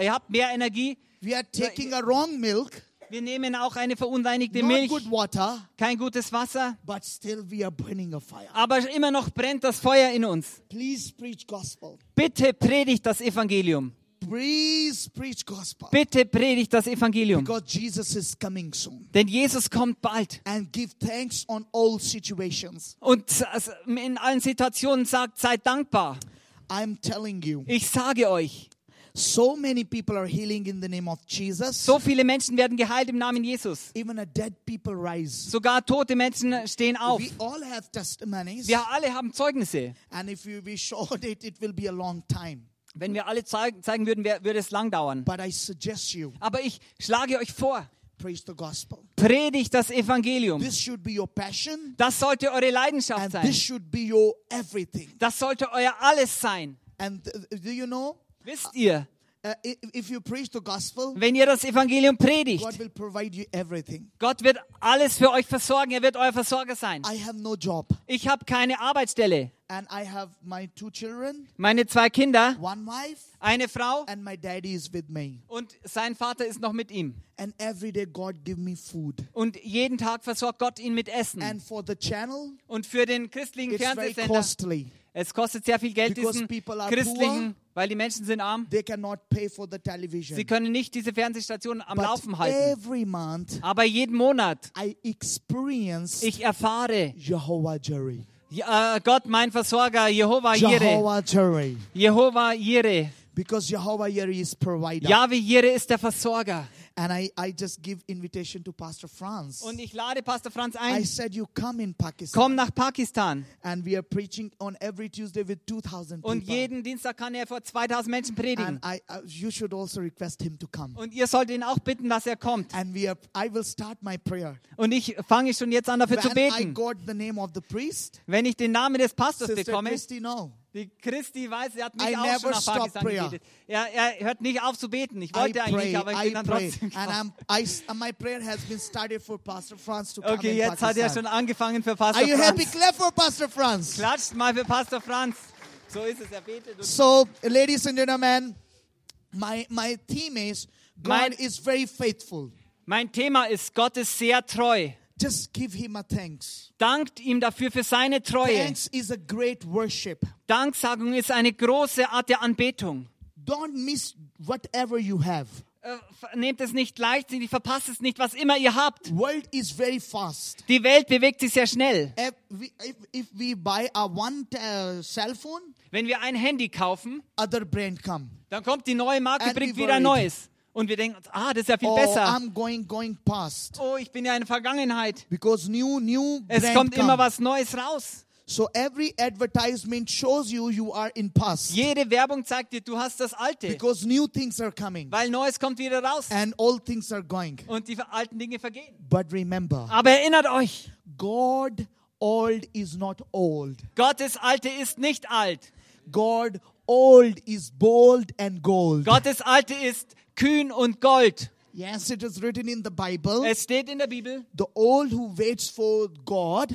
Speaker 1: ihr habt mehr Energie.
Speaker 3: We are taking a wrong milk,
Speaker 1: Wir nehmen auch eine verunreinigte
Speaker 3: not
Speaker 1: Milch,
Speaker 3: good water,
Speaker 1: kein gutes Wasser,
Speaker 3: but still we are burning a fire.
Speaker 1: aber immer noch brennt das Feuer in uns.
Speaker 3: Please preach gospel.
Speaker 1: Bitte predigt das Evangelium.
Speaker 3: Please preach gospel.
Speaker 1: Bitte predigt das Evangelium.
Speaker 3: Because Jesus is coming soon.
Speaker 1: Denn Jesus kommt bald.
Speaker 3: And give thanks on all situations.
Speaker 1: Und also in allen Situationen sagt, seid dankbar.
Speaker 3: I'm telling you,
Speaker 1: Ich sage euch,
Speaker 3: so many people are healing in the name of Jesus.
Speaker 1: so viele Menschen werden geheilt im Namen Jesus.
Speaker 3: even a dead people rise.
Speaker 1: Sogar tote Menschen stehen auf.
Speaker 3: We all have testimonies,
Speaker 1: Wir alle haben Zeugnisse.
Speaker 3: and if you be <laughs> short, it, it will be a long time.
Speaker 1: Wenn wir alle zeig- zeigen würden, wär- würde es lang dauern.
Speaker 3: But I suggest you
Speaker 1: Aber ich schlage euch vor,
Speaker 3: preach the gospel.
Speaker 1: predigt das Evangelium.
Speaker 3: This should be your passion,
Speaker 1: Das sollte eure Leidenschaft
Speaker 3: and
Speaker 1: sein.
Speaker 3: this should be your everything.
Speaker 1: Das sollte euer Alles sein.
Speaker 3: And th- do you know,
Speaker 1: Wisst ihr,
Speaker 3: uh, i- if you preach the gospel,
Speaker 1: wenn ihr das Evangelium predigt,
Speaker 3: God will provide you everything.
Speaker 1: Gott wird alles für euch versorgen. Er wird euer Versorger sein.
Speaker 3: I have no job,
Speaker 1: Ich habe keine Arbeitsstelle.
Speaker 3: and I have my two children,
Speaker 1: Meine zwei Kinder,
Speaker 3: one wife,
Speaker 1: eine Frau
Speaker 3: and my daddy is with me.
Speaker 1: und sein Vater ist noch mit ihm.
Speaker 3: And every day, God give me food.
Speaker 1: Und jeden Tag versorgt Gott ihn mit Essen.
Speaker 3: And for the channel,
Speaker 1: Und für den christlichen
Speaker 3: it's very
Speaker 1: Fernsehsender,
Speaker 3: costly.
Speaker 1: es kostet sehr viel Geld,
Speaker 3: Because
Speaker 1: diesen
Speaker 3: people are
Speaker 1: christlichen, weil die Menschen sind arm.
Speaker 3: they cannot pay for the television.
Speaker 1: Sie können nicht diese Fernsehstation am
Speaker 3: but
Speaker 1: Laufen halten.
Speaker 3: every month,
Speaker 1: Aber jeden Monat,
Speaker 3: I experience
Speaker 1: ich erfahre,
Speaker 3: Jehovah Jireh.
Speaker 1: ja, äh, Gott, mein Versorger, Jehova Jireh,
Speaker 3: Jehovah Jireh.
Speaker 1: Jehova Jireh,
Speaker 3: Because Jehovah Jireh is provider.
Speaker 1: Jahwe Jireh ist der Versorger.
Speaker 3: And I, I just give invitation to Pastor Franz.
Speaker 1: Und ich lade Pastor Franz
Speaker 3: I
Speaker 1: ein,
Speaker 3: said, you come in Pakistan.
Speaker 1: komm nach Pakistan.
Speaker 3: And we are preaching on every Tuesday with 2,000
Speaker 1: Und
Speaker 3: people.
Speaker 1: jeden Dienstag kann er vor 2000 Menschen
Speaker 3: and
Speaker 1: predigen.
Speaker 3: I, uh, you should also request him to come.
Speaker 1: Und ihr sollt ihn auch bitten, dass er kommt.
Speaker 3: And we are, I will start my prayer.
Speaker 1: Und ich fange schon jetzt an, dafür zu
Speaker 3: When I
Speaker 1: beten.
Speaker 3: got the name of the priest,
Speaker 1: Wenn ich den Namen des Pastors
Speaker 3: Sister
Speaker 1: bekomme,
Speaker 3: Christy, no.
Speaker 1: die Christi weiß, er hat mich
Speaker 3: I
Speaker 1: auch schon
Speaker 3: never
Speaker 1: nach
Speaker 3: stop
Speaker 1: Pakistan
Speaker 3: prayer.
Speaker 1: gebetet. Er, er hört nicht auf zu beten. Ich
Speaker 3: I
Speaker 1: wollte eigentlich,
Speaker 3: pray,
Speaker 1: aber ich bin
Speaker 3: I
Speaker 1: dann
Speaker 3: pray,
Speaker 1: trotzdem
Speaker 3: and
Speaker 1: gekommen.
Speaker 3: I'm, I, s- uh, my prayer has been started for Pastor Franz to
Speaker 1: <laughs>
Speaker 3: come
Speaker 1: Okay,
Speaker 3: in
Speaker 1: jetzt hat er schon
Speaker 3: Pakistan.
Speaker 1: angefangen für Pastor
Speaker 3: Are you happy?
Speaker 1: Franz.
Speaker 3: Clap for Pastor Franz.
Speaker 1: Klatscht mal für Pastor Franz. So ist es, er betet. Und
Speaker 3: So, ladies and gentlemen, my my theme is God
Speaker 1: Mein-
Speaker 3: is very faithful.
Speaker 1: mein Thema ist, Gott ist sehr treu.
Speaker 3: Just give Him a thanks.
Speaker 1: Dankt ihm dafür für seine Treue.
Speaker 3: Thanks is a great worship.
Speaker 1: Danksagung ist eine große Art der Anbetung.
Speaker 3: Don't miss whatever you have.
Speaker 1: Äh, ver- Nehmt es nicht leichtsinnig, verpasst es nicht, was immer ihr habt.
Speaker 3: World is very fast.
Speaker 1: Die Welt bewegt sich sehr schnell.
Speaker 3: If we, if, if we buy a one uh, cell phone,
Speaker 1: Wenn wir ein Handy kaufen,
Speaker 3: other brand come.
Speaker 1: dann kommt die neue Marke,
Speaker 3: And
Speaker 1: bringt
Speaker 3: we
Speaker 1: wieder
Speaker 3: worried.
Speaker 1: Neues. Und wir denken uns, ah, das ist ja viel
Speaker 3: Or
Speaker 1: besser.
Speaker 3: Oh, I'm going going past.
Speaker 1: Oh, ich bin ja in der Vergangenheit.
Speaker 3: Because new, new
Speaker 1: Es
Speaker 3: brand
Speaker 1: kommt
Speaker 3: come.
Speaker 1: immer was Neues raus.
Speaker 3: So every advertisement shows you you are in past.
Speaker 1: Jede Werbung zeigt dir, du hast das Alte.
Speaker 3: Because new things are coming
Speaker 1: Weil Neues kommt wieder raus.
Speaker 3: and all things are going.
Speaker 1: Und die alten Dinge vergehen.
Speaker 3: But remember,
Speaker 1: Aber erinnert euch,
Speaker 3: God old is not old.
Speaker 1: Gottes Alte ist nicht alt.
Speaker 3: God old is bold and gold.
Speaker 1: Gottes Alte ist kühn und gold.
Speaker 3: Yes, it is written in the Bible.
Speaker 1: Es steht in der Bibel,
Speaker 3: the old who waits for God,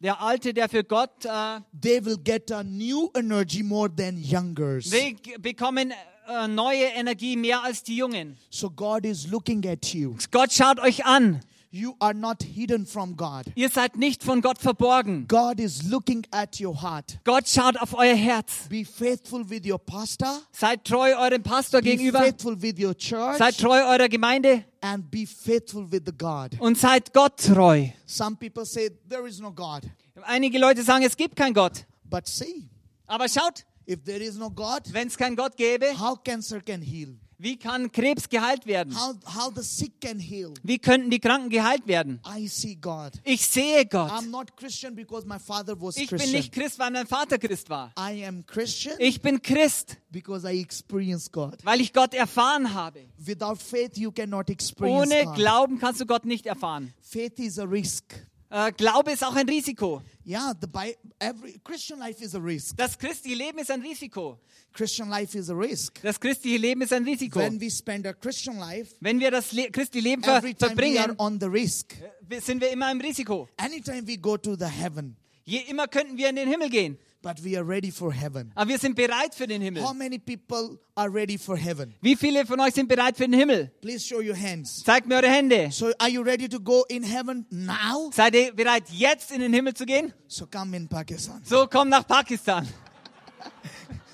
Speaker 1: der Alte, der für Gott, äh,
Speaker 3: they will get a new energy more than youngers.
Speaker 1: sie g- bekommen äh, neue Energie mehr als die Jungen.
Speaker 3: so God is looking at you.
Speaker 1: Gott schaut euch an.
Speaker 3: You are not hidden from God.
Speaker 1: Ihr seid nicht von Gott verborgen.
Speaker 3: God is looking at your heart.
Speaker 1: Gott schaut auf euer Herz.
Speaker 3: Be faithful with your pastor.
Speaker 1: Seid treu eurem Pastor
Speaker 3: Be
Speaker 1: gegenüber.
Speaker 3: faithful with your church.
Speaker 1: Seid treu eurer Gemeinde
Speaker 3: And be faithful with the God.
Speaker 1: und seid Gott treu.
Speaker 3: Some people say there is no God.
Speaker 1: Einige Leute sagen, es gibt keinen Gott.
Speaker 3: But see,
Speaker 1: Aber schaut,
Speaker 3: if there is no God,
Speaker 1: wenn es keinen Gott gäbe,
Speaker 3: how cancer can heal?
Speaker 1: Wie kann Krebs geheilt werden?
Speaker 3: how, how the sick can heal.
Speaker 1: Wie könnten die Kranken geheilt werden?
Speaker 3: I see God.
Speaker 1: Ich sehe Gott.
Speaker 3: I'm not Christian because my father was
Speaker 1: Ich bin
Speaker 3: Christian.
Speaker 1: nicht Christ, weil mein Vater Christ war.
Speaker 3: I am Christian
Speaker 1: Ich bin Christ,
Speaker 3: because I experience God.
Speaker 1: weil ich Gott erfahren habe.
Speaker 3: Without faith, you cannot experience
Speaker 1: Ohne
Speaker 3: God.
Speaker 1: Glauben kannst du Gott nicht erfahren.
Speaker 3: faith is a risk.
Speaker 1: Äh, Glaube ist auch ein Risiko.
Speaker 3: Yeah, the Bi- every Christian life is a risk.
Speaker 1: Das christliche Leben ist ein Risiko.
Speaker 3: Christian life is a risk.
Speaker 1: Das christliche Leben ist ein Risiko.
Speaker 3: When we spend our Christian life,
Speaker 1: Wenn wir das Le christliche Leben ver
Speaker 3: every time we are
Speaker 1: verbringen,
Speaker 3: on the risk.
Speaker 1: wir- sind wir immer im Risiko.
Speaker 3: Anytime we go to the heaven,
Speaker 1: Je immer könnten wir in den Himmel gehen.
Speaker 3: but we are ready for heaven.
Speaker 1: Aber wir sind bereit für den Himmel.
Speaker 3: How many people are ready for heaven?
Speaker 1: Wie viele von euch sind bereit für den Himmel?
Speaker 3: Please show your hands.
Speaker 1: Zeigt mir eure Hände.
Speaker 3: So, are you ready to go in heaven now?
Speaker 1: Seid ihr bereit, jetzt in den Himmel zu gehen?
Speaker 3: So, come in Pakistan.
Speaker 1: So komm nach Pakistan.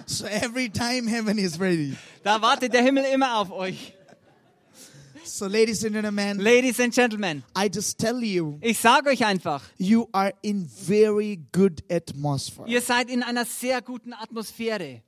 Speaker 3: So, every time heaven is ready.
Speaker 1: Da wartet der Himmel immer auf euch.
Speaker 3: So, ladies and gentlemen,
Speaker 1: Ladies and Gentlemen,
Speaker 3: I just tell you,
Speaker 1: ich sage euch einfach,
Speaker 3: you are in very good atmosphere.
Speaker 1: ihr seid in einer sehr guten Atmosphäre.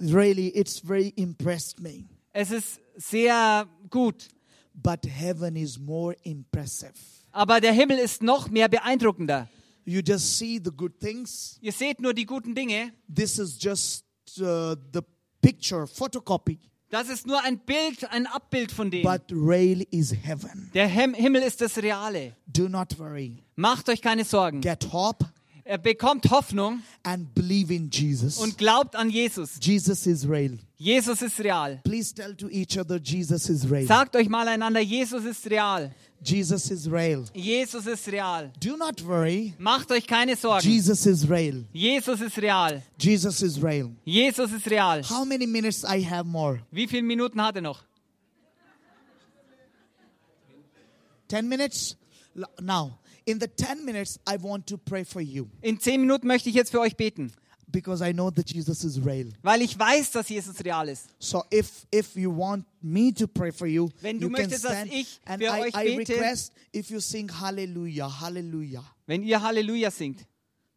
Speaker 3: Really, it's very impressed me.
Speaker 1: Es ist sehr gut.
Speaker 3: But heaven is more impressive.
Speaker 1: Aber der Himmel ist noch mehr beeindruckender.
Speaker 3: You just see the good things.
Speaker 1: Ihr seht nur die guten Dinge.
Speaker 3: This is just uh, the picture, photocopy.
Speaker 1: Das ist nur ein Bild, ein Abbild von dem.
Speaker 3: But real is heaven.
Speaker 1: Der Hem Himmel ist das Reale.
Speaker 3: Do not worry.
Speaker 1: Macht euch keine Sorgen.
Speaker 3: Get hope
Speaker 1: Er bekommt Hoffnung
Speaker 3: and believe in Jesus.
Speaker 1: und glaubt an Jesus.
Speaker 3: Jesus is real.
Speaker 1: Jesus ist real.
Speaker 3: Please tell to each other Jesus is real.
Speaker 1: Sagt euch mal einander, Jesus ist real.
Speaker 3: Jesus is real.
Speaker 1: Jesus ist real.
Speaker 3: Do not worry.
Speaker 1: Macht euch keine Sorgen.
Speaker 3: Jesus is real.
Speaker 1: Jesus ist real.
Speaker 3: Jesus is real.
Speaker 1: Jesus ist real.
Speaker 3: How many minutes I have more?
Speaker 1: Wie viele Minuten hat er noch?
Speaker 3: 10 minutes? L- Now, in the 10 minutes, I want to pray for you
Speaker 1: In zehn Minuten möchte ich jetzt für euch beten,
Speaker 3: because I know that Jesus is real.
Speaker 1: weil ich weiß, dass Jesus real ist.
Speaker 3: So if if you want me to pray for you,
Speaker 1: Wenn du
Speaker 3: you can
Speaker 1: möchtest, dass
Speaker 3: stand
Speaker 1: ich
Speaker 3: and
Speaker 1: für
Speaker 3: I,
Speaker 1: euch
Speaker 3: I
Speaker 1: bete-
Speaker 3: request if you sing hallelujah, hallelujah.
Speaker 1: Wenn ihr Halleluja singt,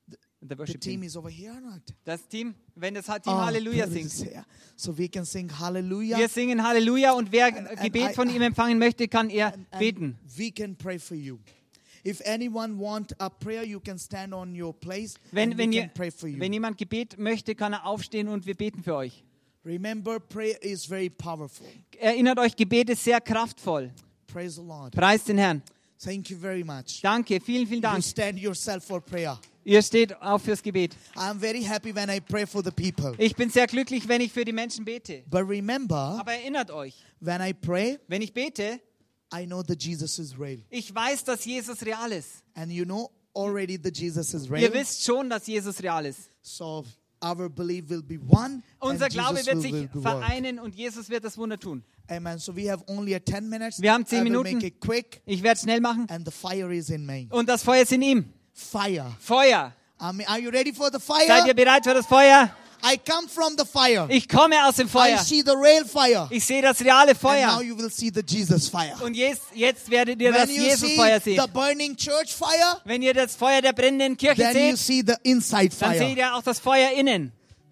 Speaker 1: the
Speaker 3: The
Speaker 1: worship
Speaker 3: team
Speaker 1: team.
Speaker 3: is over here or not?
Speaker 1: das Team, wenn das Team
Speaker 3: Oh,
Speaker 1: Halleluja
Speaker 3: there it
Speaker 1: singt,
Speaker 3: is here. So we can sing hallelujah.
Speaker 1: wir singen Halleluja und wer
Speaker 3: and
Speaker 1: Gebet
Speaker 3: I-
Speaker 1: von ihm empfangen möchte, kann er
Speaker 3: and
Speaker 1: beten.
Speaker 3: We can pray for you. If anyone want a prayer, you can stand on your place
Speaker 1: Wenn,
Speaker 3: and
Speaker 1: wenn,
Speaker 3: we
Speaker 1: ihr,
Speaker 3: can pray for you.
Speaker 1: wenn jemand Gebet möchte, kann er aufstehen und wir beten für euch.
Speaker 3: Remember, prayer is very powerful.
Speaker 1: Erinnert euch, Gebet ist sehr kraftvoll.
Speaker 3: Praise the Lord.
Speaker 1: Preist den Herrn.
Speaker 3: Thank you very much.
Speaker 1: Danke, vielen, vielen
Speaker 3: You
Speaker 1: Dank.
Speaker 3: stand yourself for prayer.
Speaker 1: Ihr steht auf fürs Gebet.
Speaker 3: I'm very happy when I pray for the people.
Speaker 1: Ich bin sehr glücklich, wenn ich für die Menschen bete.
Speaker 3: But remember,
Speaker 1: Aber erinnert euch,
Speaker 3: when I pray,
Speaker 1: wenn ich bete,
Speaker 3: I know that Jesus is real.
Speaker 1: ich weiß, dass Jesus real ist.
Speaker 3: And you know already that Jesus is real.
Speaker 1: Ihr wisst schon, dass Jesus real ist.
Speaker 3: So our belief will be one. and
Speaker 1: Unser Glaube
Speaker 3: Jesus
Speaker 1: wird
Speaker 3: will-
Speaker 1: sich
Speaker 3: will be one.
Speaker 1: vereinen und Jesus wird das Wunder tun.
Speaker 3: Amen. So we have only a 10 minutes.
Speaker 1: Wir haben 10
Speaker 3: I will
Speaker 1: Minuten.
Speaker 3: make it quick.
Speaker 1: Ich werde schnell machen.
Speaker 3: And the fire is in me.
Speaker 1: Und das Feuer ist in ihm.
Speaker 3: Fire.
Speaker 1: Feuer.
Speaker 3: I mean, are you ready for the
Speaker 1: Seid
Speaker 3: fire?
Speaker 1: ihr bereit für das Feuer?
Speaker 3: I come from the fire.
Speaker 1: Ich komme aus dem
Speaker 3: I
Speaker 1: Feuer.
Speaker 3: see the real fire.
Speaker 1: Ich sehe das reale
Speaker 3: And now
Speaker 1: Feuer.
Speaker 3: you will see the Jesus fire.
Speaker 1: Und jetzt, jetzt werdet ihr das
Speaker 3: When you see
Speaker 1: Jesusfeuer sehen.
Speaker 3: the burning church fire,
Speaker 1: Wenn ihr das Feuer der brennenden Kirche
Speaker 3: then you
Speaker 1: seht,
Speaker 3: see the inside
Speaker 1: dann seht
Speaker 3: fire.
Speaker 1: ihr auch das Feuer innen.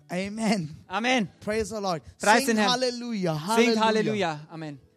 Speaker 3: Amen.
Speaker 1: Amen.
Speaker 3: Praise the Lord.
Speaker 1: Preis
Speaker 3: Sing
Speaker 1: den Herrn.
Speaker 3: Hallelujah.
Speaker 1: Singt
Speaker 3: Hallelujah.
Speaker 1: Halleluja. Amen.